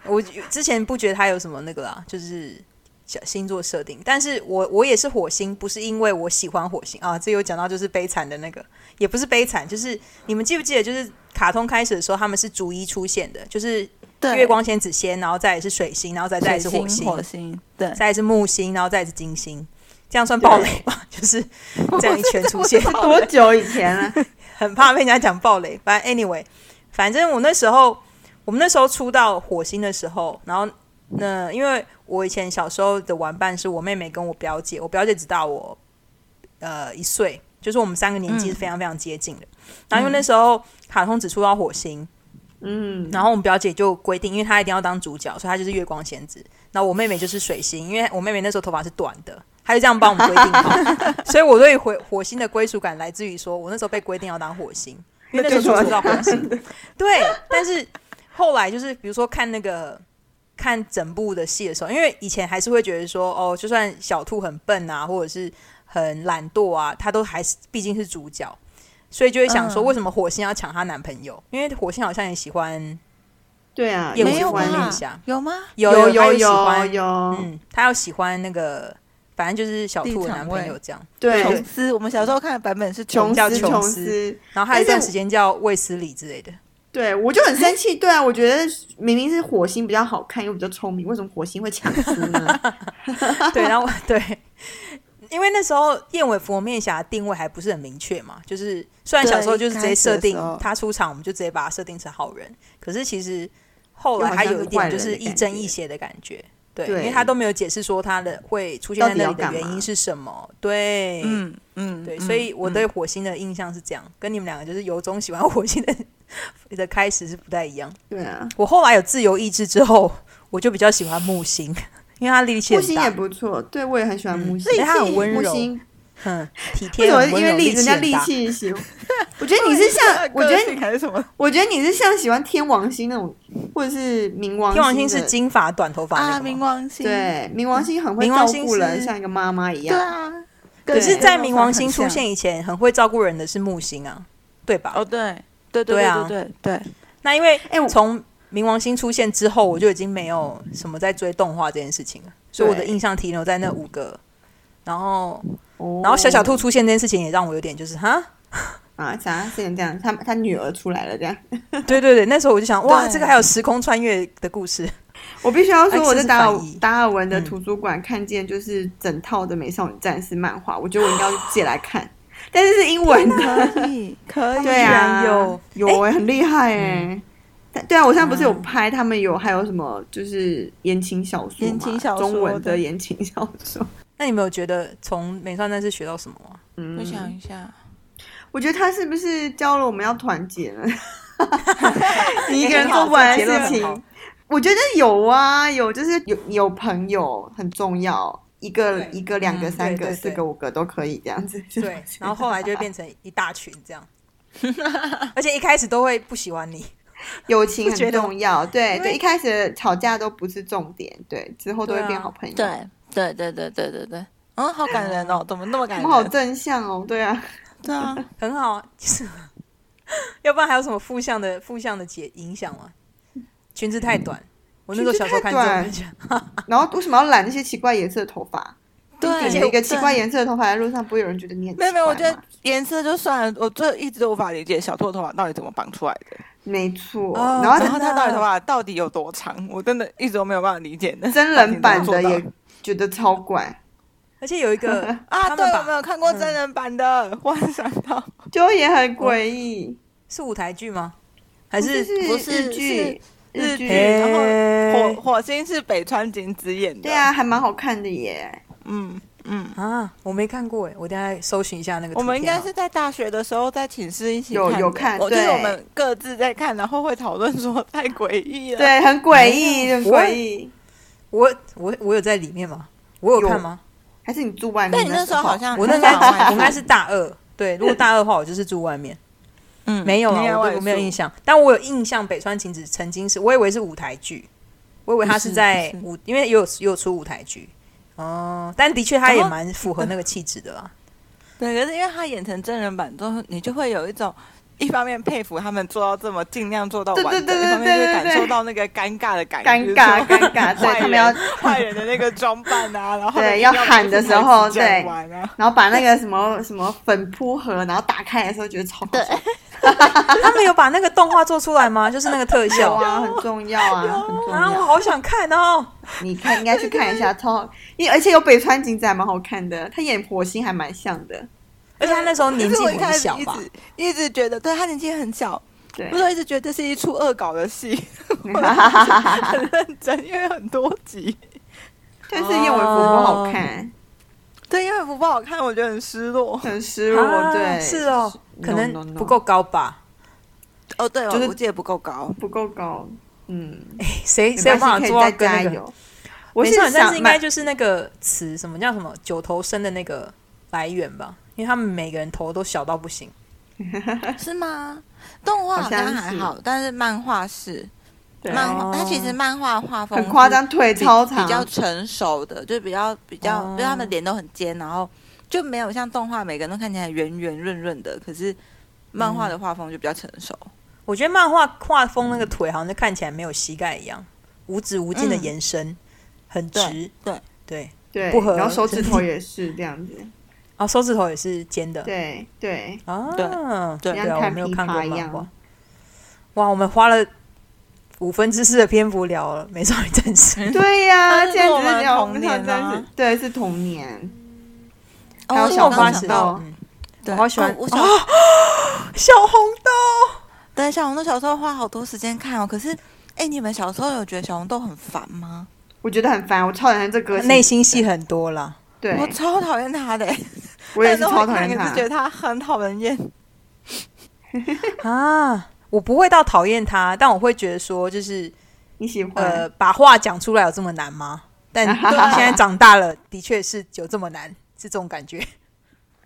S1: 我之前不觉得他有什么那个啦，就是小星座设定。但是我我也是火星，不是因为我喜欢火星啊。这有讲到就是悲惨的那个，也不是悲惨，就是你们记不记得，就是卡通开始的时候他们是逐一出现的，就是
S3: 对
S1: 月光仙子先，然后再来是水星，然后再再来是
S3: 水
S1: 火
S3: 星、
S1: 星，
S3: 火星，对，
S1: 再来是木星，然后再来是金星。这样算暴雷吧？ 就是这样一圈 出现，
S2: 是多久以前啊 了？
S1: 很怕被人家讲暴雷。反正 anyway，反正我那时候，我们那时候出到火星的时候，然后那因为我以前小时候的玩伴是我妹妹跟我表姐，我表姐只大我呃一岁，就是我们三个年纪是非常非常接近的。然后因为那时候卡通只出到火星，
S2: 嗯，
S1: 然后我们表姐就规定，因为她一定要当主角，所以她就是月光仙子。然后我妹妹就是水星，因为我妹妹那时候头发是短的，她就这样帮我们规定好。所以我对火火星的归属感来自于说，我那时候被规定要当火星，因为那时候就知道火星。对，但是后来就是比如说看那个看整部的戏的时候，因为以前还是会觉得说，哦，就算小兔很笨啊，或者是很懒惰啊，他都还是毕竟是主角。所以就会想说，
S3: 嗯
S1: 为什么火星要抢她男朋友？因为火星好像也喜欢，
S2: 对啊，
S1: 业务
S2: 没有
S1: 管
S2: 吧
S1: 理一下
S3: 有吗？
S1: 有
S2: 有
S1: 有
S2: 有
S1: 喜欢，
S2: 有，
S1: 嗯，她要喜欢那个，反正就是小兔的男朋友这样。
S3: 琼
S2: 对，
S3: 斯，我们小时候看的版本是
S2: 琼
S1: 叫
S2: 斯
S1: 琼
S2: 琼
S1: 斯
S2: 斯，
S1: 然后还有一
S2: 哎但
S1: 段
S2: 是
S1: 时间叫卫斯理之类的，
S2: 对我就很生气。对啊，我觉得明明是火星比较好看，又比较聪明，为什么火星会抢输 呢？
S1: 对，然后我 对，因为那时候燕尾服面侠定位还不是很明确嘛，就是虽然小时候就是直接设
S3: 对一
S1: 定
S3: 开始的时候
S1: 他出场，我们就直接把他设定成好人，可是其实后来
S2: 又好
S1: 他
S2: 像
S1: 有一
S2: 是坏
S1: 点
S2: 人
S1: 就
S2: 的
S1: 是亦
S2: 感
S1: 正
S2: 觉
S1: 亦邪的感觉。对，
S2: 对
S1: 因为他都没有解释说他的会出现
S2: 到
S1: 在
S2: 底
S1: 那
S2: 要
S1: 里的
S2: 干
S1: 原因
S2: 嘛
S1: 是什么。对，
S3: 嗯嗯，
S1: 对，
S3: 嗯
S1: 所以我
S3: 嗯
S1: 对火星的印象是这样，跟你们两个就是由衷喜欢火星的的开始是不太一样。
S2: 对啊，
S1: 我后来有自由意志之后，我就比较喜欢木星，因为他力气
S2: 木
S1: 很
S2: 星
S1: 大
S2: 也不错，对我也很喜欢木星
S1: 嗯，他很温柔
S2: 木星
S1: 嗯，体
S2: 为
S1: 贴
S2: 什么？
S1: 很温柔，
S2: 因为力人家力
S1: 很大啊
S2: 气喜欢，我觉得你是像，我觉得
S3: 你还是什么
S2: 我觉得你是像喜欢天王星那种，或者是冥王
S1: 天王星
S2: 星
S1: 是
S2: 的
S1: 金发短头发那
S3: 啊？
S1: 个
S3: 冥
S1: 吗。
S3: 王星，
S2: 对，冥王星很会
S1: 冥
S2: 照
S1: 王星
S2: 顾人，
S1: 是
S2: 像一个妈妈一
S3: 对
S2: 样。
S3: 啊，
S1: 可
S3: 可
S1: 是，在冥王星出现以前，很会照顾人的是木星啊，对吧？
S3: 哦，对对对
S1: 对啊
S3: 对对对，
S1: 那因为
S2: 哎我
S1: 从冥王星出现之后，我就已经没有什么在追动画这件事情了，所以我的印象停留在那五个。然后，
S2: 哦
S1: 然后小小兔出现这件事情也让我有点就是哈，
S2: 啊，啥这样这样，他他女儿出来了这样。
S1: 对对对，那时候我就想，哇，
S3: 对
S1: 这个还有时空穿越的故事，
S2: 我必须要
S1: 哎
S2: 说，我
S1: 这
S2: 在
S1: 是
S2: 达
S1: 反
S2: 尔
S1: 义嗯
S2: 达尔文的图书馆看见就是整套的《美少女战士》漫画，我觉得我应该要去借来看， 但是是英文的。
S3: 可以可
S2: 对
S3: 以，
S1: 居
S2: 啊
S1: 然，有嗯
S2: 有哎、很厉害哎、但对啊，我现在不是有拍他们有还有什么就是言情小说嘛，
S3: 言情小说
S2: 中文的
S3: 对
S2: 言情小说。
S1: 那你们有觉得从美少女战士学到什么吗？
S3: 我
S1: 嗯
S3: 想一下，
S2: 我觉得他是不是教了我们要团结 呢？你一个
S1: 哎
S2: 人
S1: 很好
S2: 做不完
S1: 这个结
S2: 的
S1: 论
S2: 事
S1: 很好
S2: 情，我觉得有啊，有就是有有朋友很重要，一个
S1: 对
S2: 一个、两个、
S1: 嗯
S2: 三
S1: 对
S2: 个、
S1: 对
S2: 四
S1: 对
S2: 个、五个都可以这样子。
S1: 对，然后后来就会变成一大群这样，而且一开始都会不喜欢你，
S2: 友情
S1: 不觉
S2: 很
S1: 得
S2: 重要，对
S1: 因为
S2: 对，一开始的吵架都不是重点，对，之后都
S1: 对
S2: 会
S1: 啊
S2: 变好朋友。
S3: 对对对对对对对，嗯，好感人哦，怎么那么感
S2: 我
S3: 人？
S2: 们好正向哦，对啊，
S3: 对啊，
S1: 很好啊，就是要不然还有什么负向的负向的解影响吗？裙子太短，
S2: 嗯
S1: 我那时候小时候看这种感觉，
S2: 然后为什么要染那些奇怪颜色的头发？
S3: 对，
S2: 你剪一个奇怪颜色的头发在路上，不会有人觉得你很奇
S3: 没有没有，我觉
S2: 怪
S3: 得
S2: 吗
S3: 颜色就算了，我最一直都无法理解小兔的头发到底怎么绑出来的，
S2: 没错。
S1: 哦
S2: 然后
S3: 然后
S1: 真的
S3: 它到底头发到底有多长，我真的一直都没有办法理解呢。
S2: 真人版
S3: 到
S2: 的
S3: 底怎么做到
S2: 也觉得超怪，
S1: 而且有一个
S3: 啊，
S1: 他
S3: 对，
S1: 们
S3: 我没
S1: 把
S3: 有看过
S2: 嗯
S3: 真人版的，忽然想 到，
S2: 就也很诡异，
S1: 是舞台剧吗？还
S2: 就是
S3: 不
S2: 是
S3: 是
S2: 日剧？
S3: 日
S2: 剧
S3: 剧然后
S1: 嘿
S3: 火火星是北川景子演的，
S2: 对啊，，还蛮好看的耶。
S3: 嗯嗯，
S1: 啊，我没看过哎，我等一下搜寻一下那个图片啊。
S3: 我们应该是在大学的时候在寝室一起
S2: 有
S3: 看
S2: 有
S3: 的
S2: 看
S3: 我就是
S2: 对
S3: 我们各自在看，然后会讨论说 太诡异了，，
S2: 对，啊很诡异，很
S1: 不会
S2: 诡异。
S1: 我我我有在里面吗？我有
S2: 有
S1: 看吗？
S2: 还是你住外面？
S3: 但你那时候好像
S1: 我那应
S3: 还
S1: 该
S3: 是往外
S1: 我应该
S3: 看
S1: 是大二，对，如果大二的话，我就是住外面。
S3: 嗯
S1: 没有
S3: 应该
S1: 啊，我
S3: 外
S1: 对我没有
S3: 宿
S1: 印象，但我有印象北川晴子曾经是，我以为是舞台剧，我以为他是
S3: 不是
S1: 在
S3: 嗯不是
S1: 舞，因为也有也有出舞台剧哦，但的确他也
S3: 然后
S1: 蛮符合那个气质的啦。
S3: 对，可是因为他演成真人版之后，你就会有一种一方面佩服他们做到这么尽量做到完
S2: 对
S3: 整，
S2: 对对
S3: 一方面就
S2: 对
S3: 会
S2: 对对
S3: 感受到那个尴尬的感觉，
S2: 尴尬
S3: 就是说
S2: 尴尬对
S3: 坏
S2: 他们
S3: 人
S2: 要
S3: 坏人的那个装扮啊，然后他们
S2: 对
S3: 一定
S2: 要
S3: 把
S2: 喊
S3: 这
S2: 的
S3: 些
S2: 时
S3: 台词
S2: 候
S3: 讲
S2: 对
S3: 完啊，
S2: 然后把那个什么什么粉扑盒，然后打开的时候觉得超好笑
S1: 他们有把那个动画做出来吗？就是那个特效
S2: 啊，很重要啊，很重
S1: 啊，我
S2: 要。
S1: 好想看哦。
S2: 你看，应该去看一下，超好，因为而且有北川景子还蛮好看的，她演火星还蛮像的。
S1: 而且他那时候年
S3: 可是
S1: 纪
S3: 我一
S1: 很
S3: 开始
S1: 小
S3: 一
S1: 吧？
S3: 直一直觉得，对他年纪很小，
S2: 对
S3: 不，是我一直觉得这是一出恶搞 的戏，很认真，因为很多 集。
S2: 但是燕尾服不好看，
S3: 对，因为不好看，我觉得很失落。
S2: 很失落。
S1: 啊
S2: 对，
S1: 是哦，可
S2: no,
S1: 能
S2: no, no
S1: 不够高 吧？
S3: 哦，对哦，
S2: 就是
S3: 我记得不够高。
S2: 不够高。嗯，
S1: 谁
S2: 没
S1: 谁有
S2: 关系
S1: 办法
S2: 可以
S1: 做到
S2: 再
S1: 跟
S2: 加
S1: 那个？
S2: 油。我
S1: 没
S2: 是
S1: 错，但
S2: 想
S1: 是应
S2: 买
S1: 该就是那个词什么叫什么九头身的那个来源吧？因为他们每个人头都小到不行。
S3: 是吗？动画好
S2: 好像
S3: 像还
S2: 是
S3: 好，但是漫画是
S2: 对
S3: 漫画
S1: 哦，
S3: 它其实漫画画风
S2: 很夸张，
S3: 是
S2: 腿
S3: 比，
S2: 超
S3: 比较
S2: 长，
S3: 成熟的，就比较比较，
S1: 哦
S3: 对他们脸都很尖，然后就没有像动画每个人都看起来圆圆润润的，可是漫画的画风就比较成熟。
S1: 我觉得漫画画风那个腿好像就看起来没有膝盖一样，无止无尽的延伸，很直。
S3: 对
S1: 嗯对，
S4: 对，
S1: 不合
S4: 然后手指头也是这样子，
S1: 然后手指头也是尖的。
S4: 对对，
S1: 啊，
S3: 对
S1: 对
S3: 对
S1: 对
S4: 像
S1: 啊，我
S4: 看
S1: 没有
S4: 琵
S1: 看过
S4: 琶一
S1: 漫
S4: 样
S1: 画。哇，我们花了五分之四的篇幅聊了《美少女战士》
S4: 对呀、
S1: 啊
S3: 但是
S4: 现在
S3: 我
S4: 只
S3: 们
S4: 是
S3: 的
S4: 聊美
S3: 童
S4: 少女
S3: 年
S4: 战士
S3: 啊，
S4: 对，是童年，
S3: 哦
S4: 还有
S3: 我
S4: 小
S1: 我
S3: 刚
S1: 发
S4: 花
S3: 刚
S1: 现嗯
S3: 想
S4: 石
S3: 到，
S4: 头，
S1: 我好喜欢
S3: 哦我小
S1: 小红豆。
S3: 对小红豆小时候花好多时间看哦。可是，哎，你们小时候有觉得小红豆很烦吗？
S4: 我觉得很烦，我超讨厌这歌，
S1: 内心戏很多啦。
S4: 对，
S3: 我超讨厌他的，欸
S4: 我也是超讨
S3: 但是
S4: 厌
S3: 我看
S4: 他
S3: 也是觉，得他很讨人厌。
S1: 啊，我不会到讨厌他，但我会觉得说，就是
S4: 你喜欢？
S1: 呃，把话讲出来有这么难吗？但现在长大了， 的确是有这么难，是这种感觉。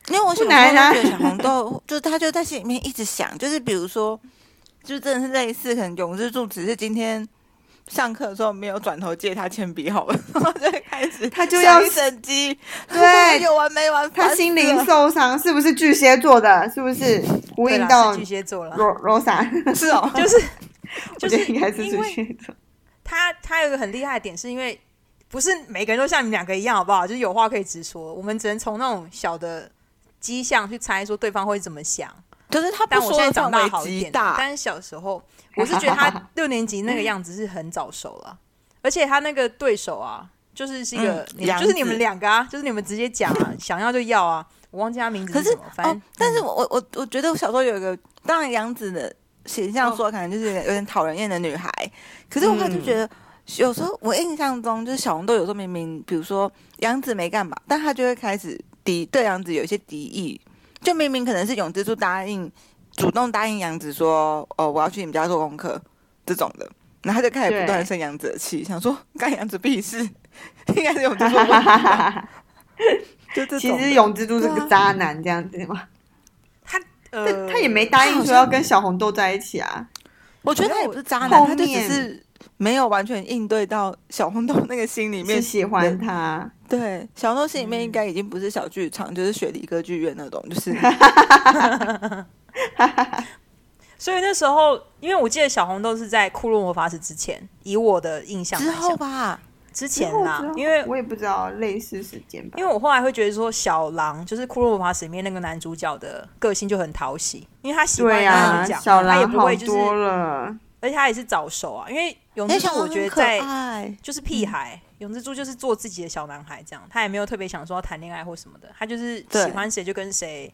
S3: 因为我小时
S4: 不难啊
S3: 候就觉得小红豆， 就是他就在心里面一直想，就是比如说，就真的是类似可能永之助，只是今天上课的时候没有转头借他铅笔好了，然后就会开始
S4: 他就要
S3: 想一整机，
S4: 对
S3: 有完没完，
S4: 他
S3: 烦死
S4: 心
S3: 了
S4: 灵受伤，是不是巨蟹座的？是不是呼
S1: 对
S4: 应
S1: 啦
S4: 到
S1: 是巨蟹座了，
S4: 罗罗莎？
S3: 是哦，
S1: 就是
S4: 我
S1: 就
S4: 觉
S1: 是
S4: 得应该是
S1: 因
S4: 巨
S1: 为
S4: 蟹座。
S1: 他他有一个很厉害的点，是因为不是每个人都像你们两个一样，好不好？就是有话可以直说，我们只能从那种小的迹象去猜说对方会怎么想。
S3: 就是他不
S1: 但我现在
S3: 说的
S1: 长
S3: 范
S1: 大
S3: 围
S1: 好一
S3: 极
S1: 点，啊
S3: 大，
S1: 但是小时候，我是觉得 他六年级那个样子是很早熟了，而且他那个对手啊，就是是一个
S3: 嗯，
S1: 你
S3: 杨
S1: 就是你们
S3: 紫
S1: 两个啊，就是你们直接讲啊，想要就要啊，我忘记他名字
S3: 可
S1: 什
S3: 是
S1: 么，反
S3: 哦
S1: 正，
S3: 但
S4: 嗯
S3: 是我我我我觉得我小时候有一个，当然杨紫的形
S4: 哦
S3: 象说可能就是有点有点讨人厌的女孩，可是我后来就
S4: 嗯
S3: 觉得。有时候我印象中就是小红豆，有时候明明比如说杨紫没干嘛，但她就会开始敌对杨紫有一些敌意，就明明可能是永之助答应主动答应杨紫说哦我要去你们家做功课这种的，然后他就开始不断地
S4: 对
S3: 生杨紫的气，想说干杨紫屁事， 应该是永之助的问题吧，就这种的。
S4: 其实永之助是
S3: 对
S4: 个
S3: 啊
S4: 渣男，这样子嘛。
S1: 他
S4: 但
S1: 呃，
S4: 他也没答应说要跟小红豆在一起啊。
S3: 我觉得
S1: 没
S3: 他也
S1: 有
S3: 不是渣男，
S4: 后
S3: 他就只
S4: 面
S3: 是没有完全应对到小红豆那个心里
S4: 是
S3: 面。
S4: 喜欢他，
S3: 对，小红豆心里面应该已经不是小剧场，就是雪梨歌剧院那种，就是
S1: 所以那时候，因为我记得小红豆是在《库洛魔法使》之前，以我的印象
S3: 之
S1: 来
S3: 后
S1: 讲，
S3: 吧。
S1: 之
S4: 之
S1: 前
S4: 后
S1: 啦
S4: 之，后
S1: 因为
S4: 我也不知道类似时间吧，
S1: 因为我后来会觉得说，小狼就是《骷髅魔法使》里面那个男主角的个性就很讨喜，因为他喜欢
S4: 对
S1: 跟
S3: 啊
S4: 呀、
S1: 你讲，啊
S4: 小
S1: 他也
S4: 狼
S1: 不
S4: 好
S1: 会就是，
S4: 多了，
S1: 而且他也是早熟啊。因为永
S3: 那
S1: 之助
S3: 哎小，
S1: 我
S3: 红豆
S1: 觉
S3: 很
S1: 得
S3: 可
S1: 在
S3: 爱，嗯
S1: 就是屁孩，永之助就是做自己的小男孩这样，他也没有特别想说要谈恋爱或什么的，他就是
S3: 对
S1: 喜欢谁就跟谁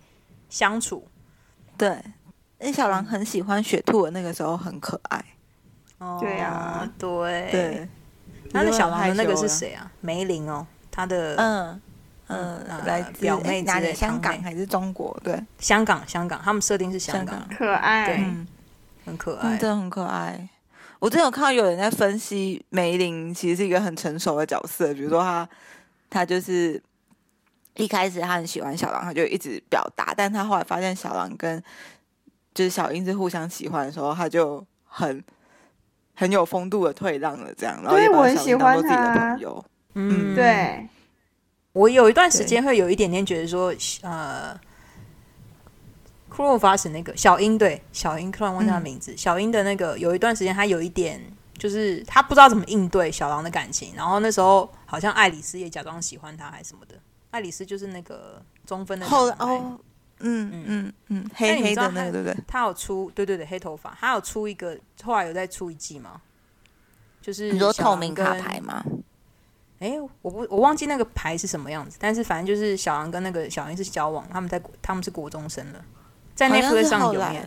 S1: 相处。
S3: 对。那小狼很喜欢雪兔的那个时候很可爱，
S1: 哦
S4: 对啊，
S1: 对。
S3: 对，
S1: 那那小狼的那个
S3: 你就很害羞
S1: 是
S3: 了？
S1: 谁啊？梅林哦，他的
S3: 嗯嗯
S1: 啊，
S3: 来自
S1: 表妹
S3: 哎哪
S1: 之类
S3: 里？香
S1: 堂
S3: 港
S1: 妹
S3: 还是中国？对，
S1: 香港，香港，他们设定是香
S3: 香
S1: 港
S3: 港，
S4: 可爱
S1: 对。
S3: 嗯，
S1: 很可
S3: 嗯
S1: 爱。
S3: 真的很可爱。我之前有看到有人在分析梅林其实是一个很成熟的角色，比如说他，他就是一开始他很喜欢小狼，他就一直表达，但他后来发现小狼跟就是小英是互相喜欢的时候，他就很很有风度的退让了，这样，然后
S4: 对
S3: 也把
S4: 我很
S3: 小
S4: 喜
S3: 英当做自
S4: 欢
S3: 己的
S4: 他
S3: 朋友。
S1: 嗯，
S4: 对，
S1: 我有一段时间会有一点点觉得说，呃，骷髅法使那个小英，对小英，突然忘记他的名字，
S3: 嗯
S1: 小英的那个有一段时间，他有一点就是他不知道怎么应对小狼的感情，然后那时候好像爱丽丝也假装喜欢他还是什么的，爱丽丝就是那个中分的
S3: 后来
S1: 小男孩
S3: 哦，嗯嗯嗯，
S1: 但
S3: 黑
S1: 哎你
S3: 黑
S1: 知道
S3: 的那
S1: 他
S3: 个对不对？
S1: 他有出，对对对，黑头发，他有出一个，后来有再出一季吗？就是
S3: 你说
S1: 小狼
S3: 透明卡
S1: 跟
S3: 牌吗？
S1: 哎，我不，我忘记那个牌是什么样子，但是反正就是小杨跟那个小英是交往，他们在国他们是国中生了，在
S3: 好
S1: 那
S3: 像
S1: e
S3: 是
S1: 上
S3: 后
S1: 有
S3: 来
S1: 演，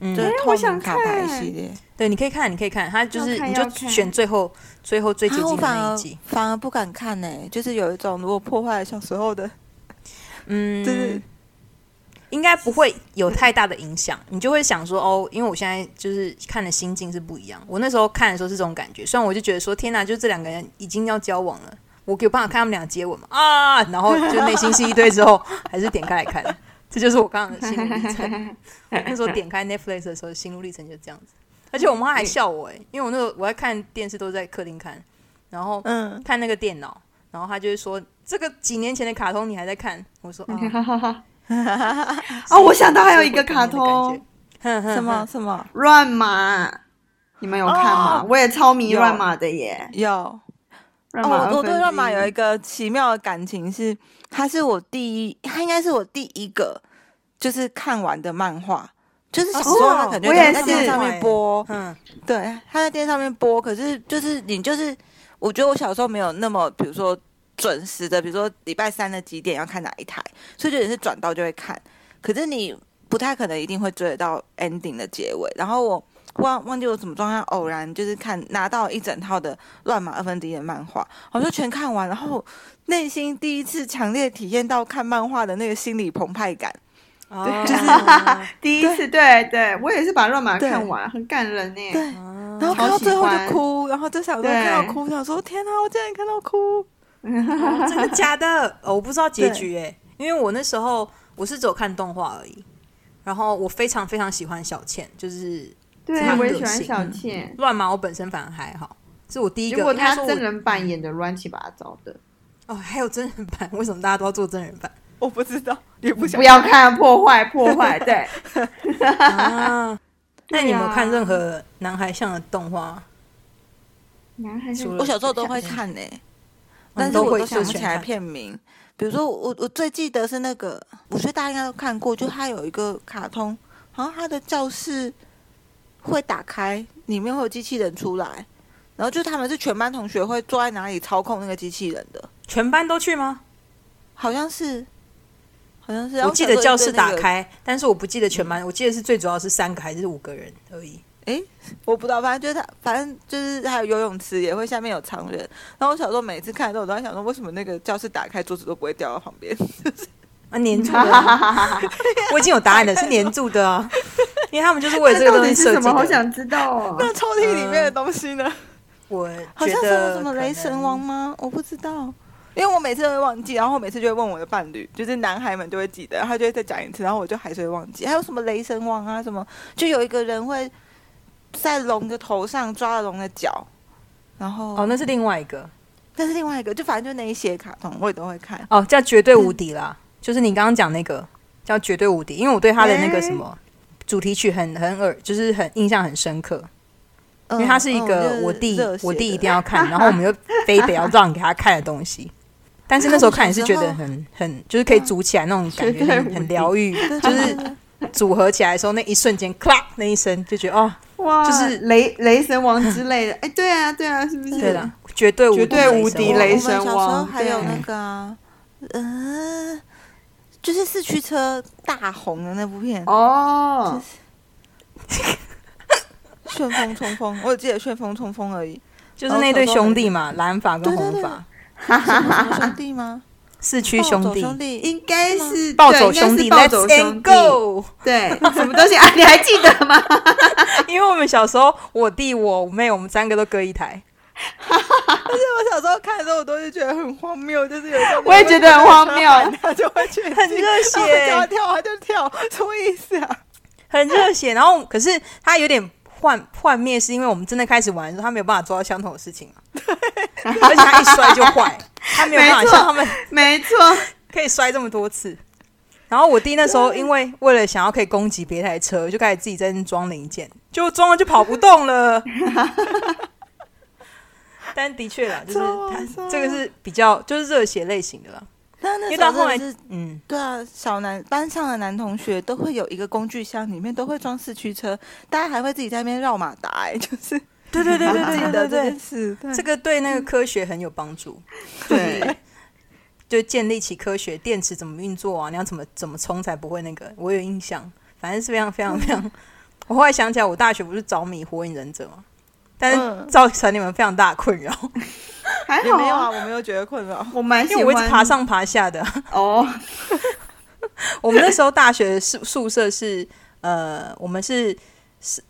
S1: 嗯，
S3: 就是
S4: 我
S3: 透
S4: 想
S3: 明卡牌
S4: 看
S3: 系列。
S1: 对，你可以看，你可以看，他就是
S4: 要看
S1: 你
S4: 要
S1: 就
S4: 看
S1: 选最后最后最接
S3: 啊我
S1: 近的
S3: 反
S1: 那
S3: 而
S1: 一集，
S3: 反而不敢看呢、就是有一种如果破坏了小时候的，
S1: 嗯，
S3: 就是
S1: 应该不会有太大的影响，你就会想说哦，因为我现在就是看的心境是不一样。我那时候看的时候是这种感觉，虽然我就觉得说天哪，就这两个人已经要交往了，我有办法看他们俩接吻吗？啊，然后就内心是一堆之后， 还是点开来看，这就是我刚刚的心路历程。我那时候点开 Netflix 的时候，心路历程就这样子。而且我妈还笑我哎、因为我那时候我在看电视都在客厅看，然后
S3: 嗯，
S1: 看那个电脑，然后她就会说这个几年前的卡通你还在看？我说啊。
S3: 哦
S4: 哦，我想到还有一个卡通，
S1: 嗯
S3: 什么什么
S4: 乱码，你们有看吗？
S3: 哦
S4: 我也超迷
S3: 有
S4: 乱码的耶。
S3: 有。
S4: 乱码
S3: 哦，
S4: 二
S3: 我我
S4: 分
S3: 对
S4: 之
S3: 乱马有一
S4: 一
S3: 个奇妙的感情是，它是我第一，它应该是我第一个就是看完的漫画，就是小时候
S1: 哦
S3: 它感觉
S4: 我
S3: 在
S4: 也
S3: 在电视
S4: 是
S3: 上面播，
S1: 嗯，
S3: 对，它在电视上面播，可是就是你就是，我觉得我小时候没有那么，比如说准时的，比如说礼拜三的几点要看哪一台，所以就也是转到就会看，可是你不太可能一定会追得到 ending 的结尾，然后我。忘忘记我怎么状态，偶然就是看拿到一整套的《乱码二分之一》的漫画，我就全看完，然后内心第一次强烈体验到看漫画的那个心理澎湃感。
S1: 哦
S3: 就是
S4: 第一次，对对，我也是把乱码
S3: 对
S4: 看完，很感人呢。
S3: 对，
S1: 哦
S3: 然
S4: 超
S3: 后看到
S4: 嗯喜
S3: 最后
S4: 欢
S3: 就哭，然后就想说
S4: 对
S3: 看到哭，想说天啊哪，我竟然看到哭。
S1: 哦真的假的？哦我不知道结局哎、因为我那时候我是只有看动画而已。然后我非常非常喜欢小倩，就是
S4: 对
S1: 她，
S4: 我也
S1: 个
S4: 喜欢
S1: 性
S4: 小
S1: 嗯
S4: 倩。
S1: 乱麻，我本身反而还好，是我第一
S4: 结
S1: 个。
S4: 果
S1: 应该
S4: 他嗯
S1: 说我
S4: 真人版演的乱七八糟的，
S1: 哦，还有真人版，为什么大家都要做真人 版？
S3: 我不知道，也不想
S4: 不要看破坏破 坏，对，
S1: 啊，那你有没有
S4: 对啊
S1: 看任何男孩像的动画？
S4: 男孩是
S1: 除了
S3: 我小时候都会看呢、但是
S1: 都
S3: 我
S1: 会
S3: 嗯都想不
S1: 全
S3: 起来
S1: 看
S3: 片名。比如说我我最记得是那个，我觉得大家应该都看过，就它有一个卡通，好像它的教室会打开，里面会有机器人出来，然后就他们是全班同学会坐在哪里操控那个机器人的，
S1: 全班都去吗？
S3: 好像是，好像是。然
S1: 我
S3: 后
S1: 记
S3: 小
S1: 得
S3: 时候
S1: 教
S3: 对
S1: 室
S3: 那
S1: 打
S3: 个，
S1: 开，但是我不记得全班，我记得是最主要是三个还是五个人而已。
S3: 我不知道，反正就是它，反正就是还有游泳池也会下面有常人。然后我小时候每次看的时候，我都在想说，为什么那个教室打开桌子都不会掉到旁边？
S1: 啊，黏住的啊， 我已经有答案了，是黏住的啊，因为他们就是为了这
S4: 这
S1: 个
S4: 到
S1: 东西
S4: 底是
S1: 设
S4: 什
S1: 计
S4: 么？好
S1: 的。
S4: 想知道 哦。
S3: 那抽屉里面的东西 呢？
S1: 我
S3: 好
S1: 觉
S3: 像什么
S1: 得
S3: 什么
S1: 可
S3: 雷神
S1: 能
S3: 王吗？我不知道，因为我每次都会忘记，然后我每次就会问我的伴侣，就是男孩们就会记得，然后他就会再讲一次，然后我就还是会忘记。还有什么雷神王啊，什么就有一个人会在龙的头上抓了龙的脚，然后、
S1: 哦，那是另外一个
S3: 但是另外一个就反正就那一些卡通我也都会看。
S1: 哦，叫绝对无敌啦，就是你刚刚讲那个叫绝对无敌，因为我对他的那个什么主题曲很很耳，就是很印象很深刻，
S3: 因
S4: 嗯
S1: 因为它是一个我弟我弟一
S3: 嗯
S1: 定要看，然后我们又非得要让给他看的东西。但是那时候看也是觉得很很，就是可以组起来那种感觉，
S4: 绝对无
S1: 很
S4: 敌
S1: 很疗愈。 就是组合起来的时候，那一瞬间 clap 那一声，就觉得哦，
S4: 哇，
S1: 就是
S4: 雷雷神王之类的，哎，对啊，对啊，是不是？
S1: 对了，绝对无敌
S4: 绝对无敌
S1: 雷
S4: 雷
S1: 神
S4: 神
S3: 我们小时候
S4: 王
S3: 还有
S4: 对
S3: 那个、啊，呃，就是四驱车大红的那部片《
S4: 哦，
S3: 旋风冲锋》，我只记得《旋风冲锋》而已。
S1: 就是那
S4: 哦
S1: 对兄弟嘛，蓝发跟红
S3: 对对对
S1: 发，
S3: 什么什么兄弟吗？
S1: 四驱兄
S3: 暴走
S1: 弟，
S3: 兄弟，
S4: 应该是
S1: 暴
S4: 对
S1: 走
S4: 应该是
S1: 兄弟
S4: 暴走
S1: ，Let's
S4: 兄
S1: and
S4: 弟，
S1: go！
S4: 对，什么东西啊？你还记得吗？
S1: 因为我们小时候，我弟、我妹，我们三个都各一台，
S3: 而且我小时候看的时候，我都是觉得很荒谬，就是有时候
S4: 我也觉得很荒谬，
S3: 他就会去
S1: 很热 血
S3: 要跳他就跳，什么意思啊？
S1: 很热血。 然后可是他有点幻幻灭，是因为我们真的开始玩的时候，他没有办法做到相同的事情嘛，而且他一摔就坏，他没有办
S4: 没
S1: 法
S4: 错
S1: 像他们
S4: 没错，
S1: 可以摔这么多次。然后我弟那时候因为为了想要可以攻击别台车，就开始自己在那边装零件，就装了就跑不动了。但的确啦，就是
S3: 糟
S1: 他
S3: 啊
S1: 这个是比较就是热血类型的啦，
S3: 那那
S1: 因
S3: 时
S1: 为
S3: 候
S1: 到后来
S3: 真的是
S1: 嗯，
S3: 对啊，小男班上的男同学都会有一个工具箱，里面都会装四驱车，大家还会自己在那边绕马达、哎，就是
S1: 对对对对对
S3: 记
S1: 对对
S3: 得这件
S1: 对，
S3: 事。对
S1: 这个对那个科学很有帮助，
S4: 对，
S1: 就建立起科学电池怎么运作啊，你要怎么怎么充才不会那个，我有印象，反正是非常非常非
S3: 嗯
S1: 常。 我后来想起来，我大学不是着迷火影忍者吗？但是
S3: 嗯
S1: 造成你们非常大的困扰。
S4: 还
S3: 也
S4: 好
S3: 没有
S4: 啊
S3: 啊，，我没有觉得困扰。
S4: 我蛮喜
S1: 因为
S4: 欢
S1: 我一直爬上爬下的。
S4: 哦，
S1: 我们那时候大学宿宿舍是呃，我们是是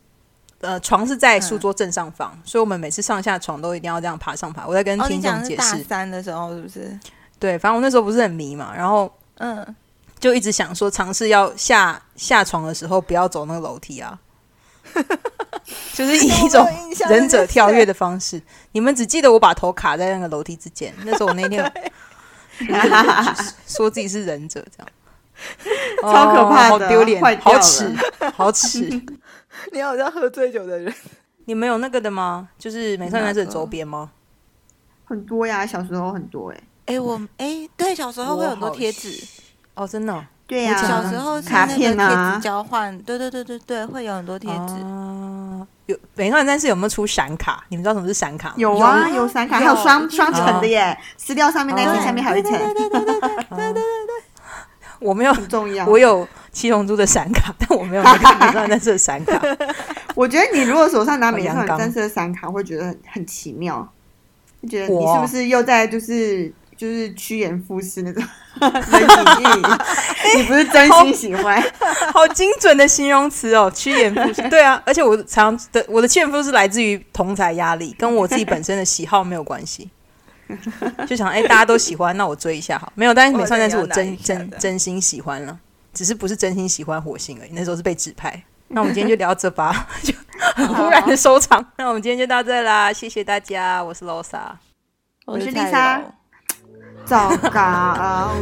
S1: 呃床是在书桌正上方，所以我们每次上下床都一定要这样爬上爬。我在跟
S3: 嗯哦，你
S1: 听
S3: 讲
S1: 众
S3: 的是
S1: 解
S3: 大
S1: 释，
S3: 三的时候是不是？
S1: 对，反正我那时候不是很迷嘛，然后
S3: 嗯，
S1: 就一直想说尝试要下下床的时候不要走那个楼梯啊，就是以 一种
S3: 我没有印象
S1: 忍者跳跃的方式。你们只记得我把头卡 在那个楼梯之间，那时候我那天说自己是忍者这样。
S2: 超可怕的
S1: 哦好丢脸
S2: 坏，掉
S1: 好
S2: 了
S1: 耻，好 耻。
S3: 你好像喝醉酒的人，
S1: 你们有那个的吗？就是美少女战士的周边吗？
S2: 很多呀，小时候很多哎、
S3: 哎、我哎、对，小时候会有很多贴纸，
S1: 哦，真的哦
S2: 对
S1: 我
S2: 呀、
S1: 小
S3: 小时候是
S2: 卡
S3: 那个贴
S2: 片啊哦
S3: 纸，交换，对对对对对，会有很多贴纸。
S1: 啊。有美少女战士有没有出闪卡？你们知道什么是闪卡吗？
S2: 有啊，
S3: 有
S2: 有闪卡，
S3: 有
S2: 还有双
S3: 对
S2: 双层的耶，撕掉上面那一层，
S1: 嗯哦对
S2: 下面还有哦一层，
S1: 我没有，
S2: 很重要。
S1: 我有七龙珠的闪卡，但我没有那个 美少女战士的闪卡。
S2: 我觉得你如果手上拿美少
S1: 好
S2: 女
S1: 阳刚
S2: 战士的闪卡，会觉得很很奇妙，就觉得
S1: 我
S2: 你是不是又在就是就是趋炎附势 那种冷隐喻 里？你不是真心喜 欢？
S1: 好精准的形容词哦，趋炎附势。对啊，而且我常的我的趋炎附势来自于同才压力，跟我自己本身的喜好没有关系。就想哎、大家都喜欢，那我追一下好。没有，但是美少女战士我真真真心喜欢了，只是不是真心喜欢火星而已。那时候是被指派。那我们今天就聊这吧， 就很忽然的收场。那我们今天就到这啦，谢谢大家，我是 Losa。
S3: 我
S2: 是啊
S3: 菜
S2: Lisa
S3: 鸟
S2: 糟糕。